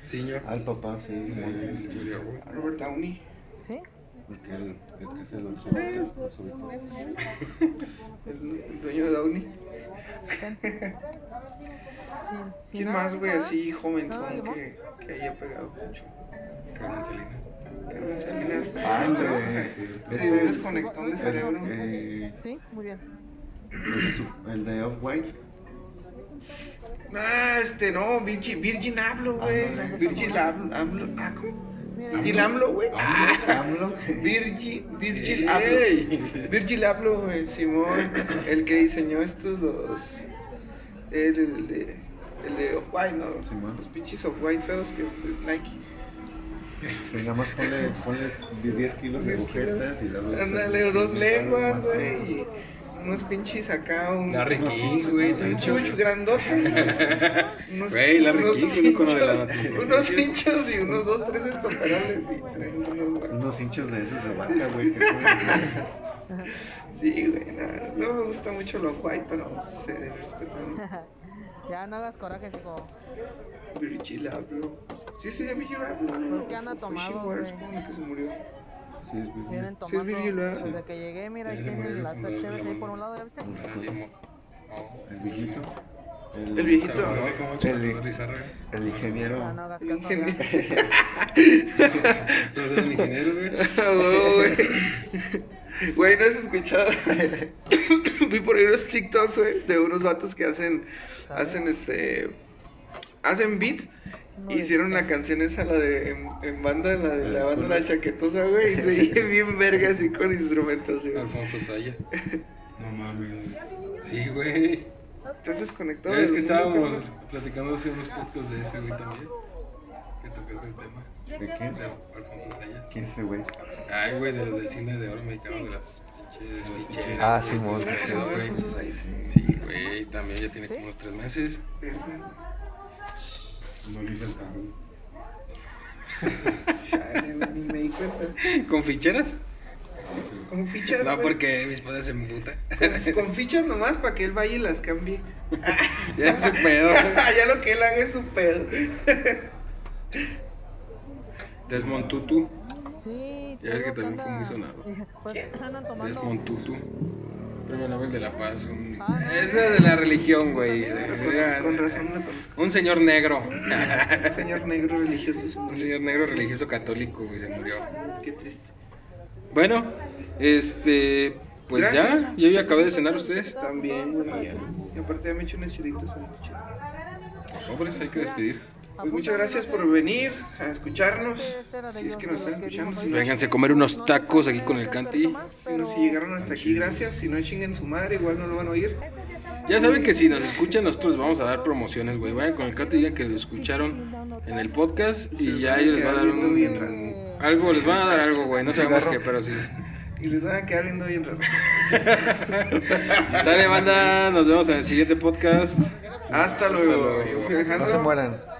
Señor.
Ah, el papá, sí,
Sí,
murió.
se murió, güey.
Robert Downey.
¿Sí?
Porque el, el que se lo subió, lo subió.
El, el dueño de Downey.
Sin- sin
¿Quién
nada,
más,
sin
güey,
nada.
así
Nada,
jovenzón
Limón.
que, que haya pegado mucho?
Carmen Salinas.
Carmen Salinas. pues,
Ah,
no,
güey,
no sé.
sí, cierto.
Sí,
Este-
un desconectón de
Sí,
cerebro.
Eh,
Sí, muy bien.
el de su- el de Off-White.
Ah, este, no, Virgin, Virgin AMLO, güey.
Ándale.
Virgin AMLO, AMLO, ah, ¿cómo?
Miren,
Virgil AMLO, güey. Ah,
AMLO.
Virgil, Virgil AMLO.
¡Ey!
Virgil Abloh, güey, Simón, el que diseñó estos los. El, el de. El de Off-White, ¿no?
Simón.
Los pinches Off-White feos que es Nike.
Venga, más ponle, ponle 10 kilos de agujetas y dale.
Ándale, dos lenguas, güey. y Unos pinches acá, un.
Larry King, güey.
Un
Chucho.
chucho grandote. unos,
Güey, Larry
unos
King, un ícono de la
hinchos-
naturaleza.
Unos hinchos y unos dos, tres estoperoles. Y traemos unos, güey.
Unos hinchos de esos de vaca, güey. que ponen.
Sí, güey. nada, No, me gusta mucho lo white, pero se debe respetar. ¿no?
Ya no hagas coraje, hijo.
Virgil Abloh. Sí, sí, ya Virgil Abloh. ¿no?
Pues, ¿qué anda
Fue
tomado,
Shane
güey?
Warren, ¿cómo que se murió.
Sí, es bien.
Vienen
Sí, es ¿eh?
tomando.
Virgil, ¿verdad?
Desde que llegué, mira,
Sí,
ahí
se murió
tienen
el
las
fundador de la
chéves ahí por
banda.
un lado, ¿ya viste?
Ah, Limo. Oh.
El villito.
El, el viejito.
Salvador, ¿cómo se llama?
El, el ingeniero.
no hagas
El
caso, güey.
ingeniero.
No seas ingeniero, güey.
No, Oh, güey. Güey, no has escuchado. Vi por ahí unos TikToks, güey, de unos vatos que hacen. Hacen este. Hacen beats. e Hicieron la canción esa, la de. En, en banda, la de
Ah,
la banda La Chaquetosa, güey. Y se oye bien verga así con instrumentación.
Alfonso Saya.
No mames.
Sí, güey.
¿Te has desconectado?
Ah, Es que
del mundo,
estábamos
carnal?
platicando hace unos podcasts de ese, güey, también. Que tocaste el tema.
¿De quién?
De Alfonso Saya.
¿Quién es ese güey?
Ay, güey, desde el cine de oro mexicano de las pinches ficheras,
Ah,
güey.
Simón, sí,
Esas,
sí,
güey.
Alfonso Sayas, sí.
Sí, güey, también ya tiene como unos tres meses.
Verga.
No le hice el tarro.
Chale, güey, ni me di cuenta.
¿Con ficheras?
Con fichas.
No,
güey.
porque mi esposa se me puta.
Con, con fichas nomás para que él vaya y las cambie.
ya es su pedo. güey.
ya lo que él haga es su pedo.
Desmontutu.
Sí,
Ya ves que también fue muy sonado.
sonado. Pues, Andan tomando.
Pues,
Desmontutu. Premio Nobel de la Paz. Un...
Ah, no.
Es de la religión, güey. Era-
con razón la conozco.
Un señor negro.
Un señor negro religioso es
un señor negro religioso católico, güey, se murió.
Qué triste.
Bueno, este. Pues
Gracias.
ya, yo ya acabé de cenar ustedes.
También, güey. Y aparte ya me he hecho unas chilitas a
Los hombres hay que despedir.
Pues muchas gracias por venir a
este,
escucharnos. Si es que nos están escuchando, si no,
Vénganse a comer unos tacos aquí con el Canti.
si no- si llegaron hasta aquí, gracias. Si no chinguen su madre, igual no lo van a oír.
Ya saben que si nos escuchan, nosotros vamos a dar promociones, güey. Vayan con el Canti y digan que lo escucharon en el podcast y ya ellos les van a dar
viendo bien
un.
raro.
Algo, les van a dar algo, güey. No sabemos qué, pero sí.
Y les van a quedar viendo bien raro.
Sale, banda. Nos vemos en el siguiente podcast.
Hasta
luego.
luego. Yo fui
No se
Alejandro.
mueran.